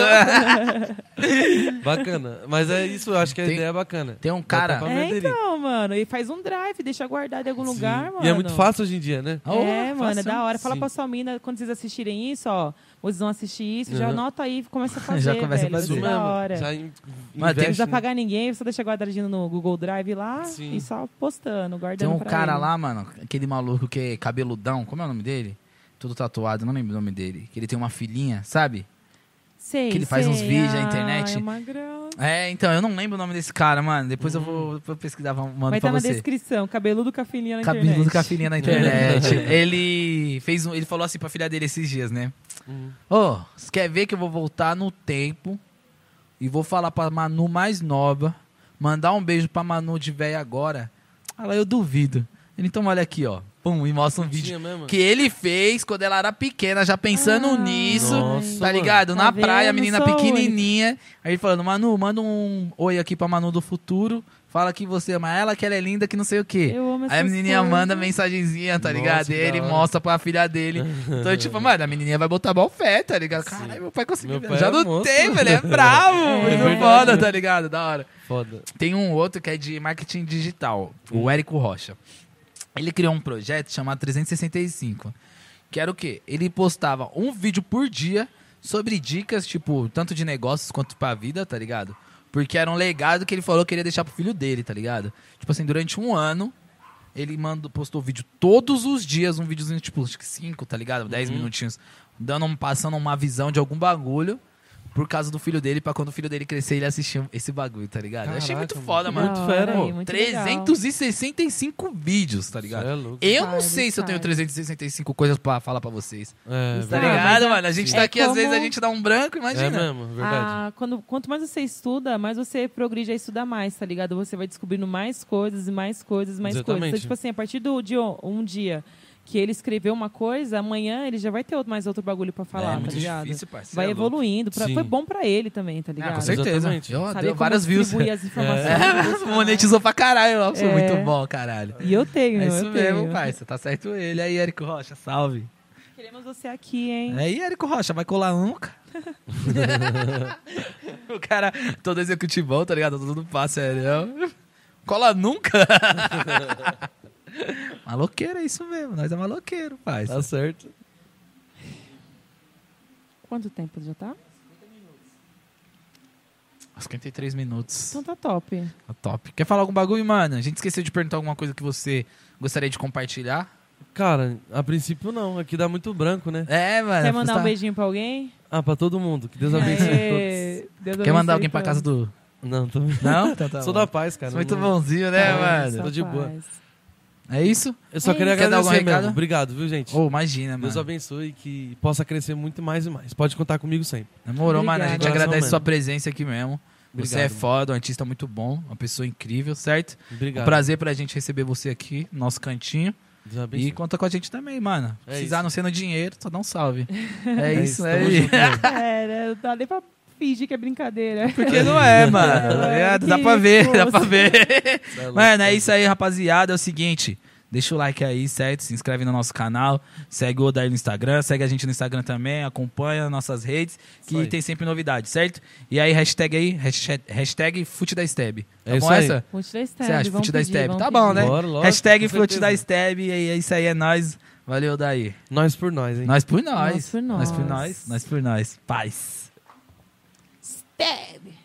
Bacana. Mas é isso, eu acho que a
Tem-
ideia é bacana.
Tem um
Dá
cara.
pra
É,
vender ele.
então, mano. E faz um drive, deixa guardado em algum lugar, mano.
E é muito fácil hoje em dia, né?
Ah, ô,
É, mano, é
façam.
da hora. Fala
Sim.
pra sua mina, quando vocês assistirem isso, ó, vocês vão assistir isso, já
Uhum.
anota aí e começa a fazer,
Já começa a
velho.
fazer.
Isso é da hora.
Já in-
Mano,
Não
tem-
investe,
precisa
né?
pagar ninguém, você deixa guardadinho no Google Drive lá
Sim.
e só postando, guardando
Tem um
Tá pra
cara
ele.
lá, mano, aquele maluco que é cabeludão, como é o nome dele? Todo tatuado, não lembro o nome dele. Que ele tem uma filhinha, sabe?
Sei,
que ele faz uns
sei.
vídeos na
Ah,
internet.
É uma grana.
É, então, eu não lembro o nome desse cara, mano. Depois eu vou, vou pesquisar, vou- mando
Hum. Vai
pra
tá na
você.
descrição, cabeludo cafilinha na internet.
Cabeludo cafilinha na internet. ele fez um, ele falou assim pra filha dele esses dias, né?
Hum.
Ô, você quer ver que eu vou voltar no tempo e vou falar pra Manu mais nova, mandar um beijo pra Manu de véia agora? Ela, eu duvido. Ele, então olha aqui, ó. Pum, e mostra um vídeo
Tinha mesmo.
que ele fez quando ela era pequena, já pensando
Ah.
nisso,
Nossa,
tá
mano.
ligado?
Tá
Na praia, a
vendo?
menina
Sou a
pequenininha. Aí ele falando, Manu, manda um oi aqui pra Manu do futuro. Fala que você ama ela, que ela é linda, que não sei o quê.
Eu amo
Aí a
essas
menininha
coisas.
manda mensagenzinha, tá
Nossa,
ligado?
que
E
da
ele
hora.
mostra pra filha dele. Então, tipo, mano, a menininha vai botar mal fé, tá ligado? Caralho, meu pai conseguiu.
Meu pai
Já
é
não
monstro.
tem, velho, é bravo.
É
Muito
verdade.
foda, tá ligado? Da hora.
Foda.
Tem um outro que é de marketing digital, o Érico Rocha. Ele criou um projeto chamado 365, que era o quê? Ele postava um vídeo por dia sobre dicas, tipo, tanto de negócios quanto pra vida, tá ligado? Porque era um legado que ele falou que ele ia deixar pro filho dele, tá ligado? Tipo assim, durante um ano, ele mandou, postou vídeo todos os dias, um videozinho, tipo, acho que cinco, tá ligado? Dez minutinhos, dando, um- passando uma visão de algum bagulho. Por causa do filho dele, pra quando o filho dele crescer, ele assistir esse bagulho, tá ligado? Eu achei
Caraca,
muito foda, mano.
Muito
Da
fera,
hora
pô.
aí, muito legal.
365 vídeos, tá ligado?
Isso é louco.
Eu não
Vários,
sei se eu tenho
vários.
365 coisas pra falar pra vocês.
É,
Isso
Tá
Ah,
verdade.
mas
ligado,
é-
mano? A gente tá
é
aqui, às
como-
vezes a gente dá um branco,
É
imagina.
mesmo, verdade.
Ah, quando, quanto mais você estuda, mais você progride a estudar mais, tá ligado? Você vai descobrindo mais coisas e mais coisas e mais coisas.
Exatamente.
Então, tipo assim, a partir do de um, um dia que ele escreveu uma coisa, amanhã ele já vai ter outro- mais outro bagulho pra
É,
falar,
muito
tá ligado?
difícil, parceiro.
vai evoluindo. pra-
Sim.
foi bom pra ele também, tá
Ah,
ligado?
com certeza.
Exatamente.
Eu
Saber
deu
como
várias views.
distribuir as informações.
É, monetizou pra caralho. Eu sou
É.
muito bom, caralho.
E eu tenho,
É isso
eu
mesmo,
tenho.
parça. Tá certo ele. Aí, Érico Rocha, salve.
Queremos você aqui, hein?
Aí, É, Érico Rocha, vai colar um, nunca. o cara, todo executivão, tá ligado? Todo mundo passa, sério. Cola nunca. maloqueiro é isso mesmo. Nós é maloqueiro, pai.
Tá certo.
Quanto tempo já tá?
53 minutos.
Então tá top.
Tá Top. Quer falar algum bagulho, mano? A gente esqueceu de perguntar alguma coisa que você gostaria de compartilhar.
Cara, a princípio não. Aqui dá muito branco, né?
É, mano.
Quer mandar
tá-
um beijinho pra alguém?
Ah, pra todo mundo. Que Deus
É.
abençoe
Aê, Deus
Quer mandar
abençoe
alguém pra
todos.
casa do...
todos. Não, tô...
Não? Então tá
Sou
bom.
da paz, cara.
Sou muito
Não-
bonzinho,
Tá
né,
É,
mano?
Tô de boa.
Rapaz.
É isso?
Eu só
É
queria
isso. Quer dar algum
agradecer mesmo.
recado?
Obrigado, viu, gente?
Ô, imagina,
Deus
mano.
abençoe e que possa crescer muito mais e mais. Pode contar comigo sempre.
Namorou, mano. A gente
Obrigada.
agradece
Coração
sua presença aqui mesmo. Você é foda, um artista muito bom, uma pessoa incrível, certo?
Obrigado.
Um prazer pra gente receber você aqui, no nosso cantinho.
Deus abençoe.
E conta com a gente também, mano.
É
Precisar
isso.
não ser no dinheiro, só dá um salve. É, isso,
tamo
é isso.
junto, mano.
É, né? Não dá nem pra fingir que é brincadeira.
Porque não é, mano. tá ligado? Dá pra ver, dá pra ver.
Cê é louco.
Mano, é isso aí, rapaziada. É o seguinte. Deixa o like aí, certo? Se inscreve no nosso canal, segue o Odair no Instagram, segue a gente no Instagram também, acompanha nossas redes,
Isso
que
aí.
tem sempre novidade, certo? E aí, hashtag aí, hashtag, hashtag Fute da Stab.
É
tá
isso
bom
aí.
essa?
Fute da Stab.
Você acha?
vamos
Fute da
pedir,
Stab.
vamos
Tá bom,
pedir.
né?
Bora, lógico,
hashtag
com
Fute da
certeza.
Stab, e aí, é isso aí, é nóis. Valeu, Daí.
Nós por nós, hein?
Nós por nós.
Nós por
Nós por
nós.
nós. Nós por nós. Paz.
Stab.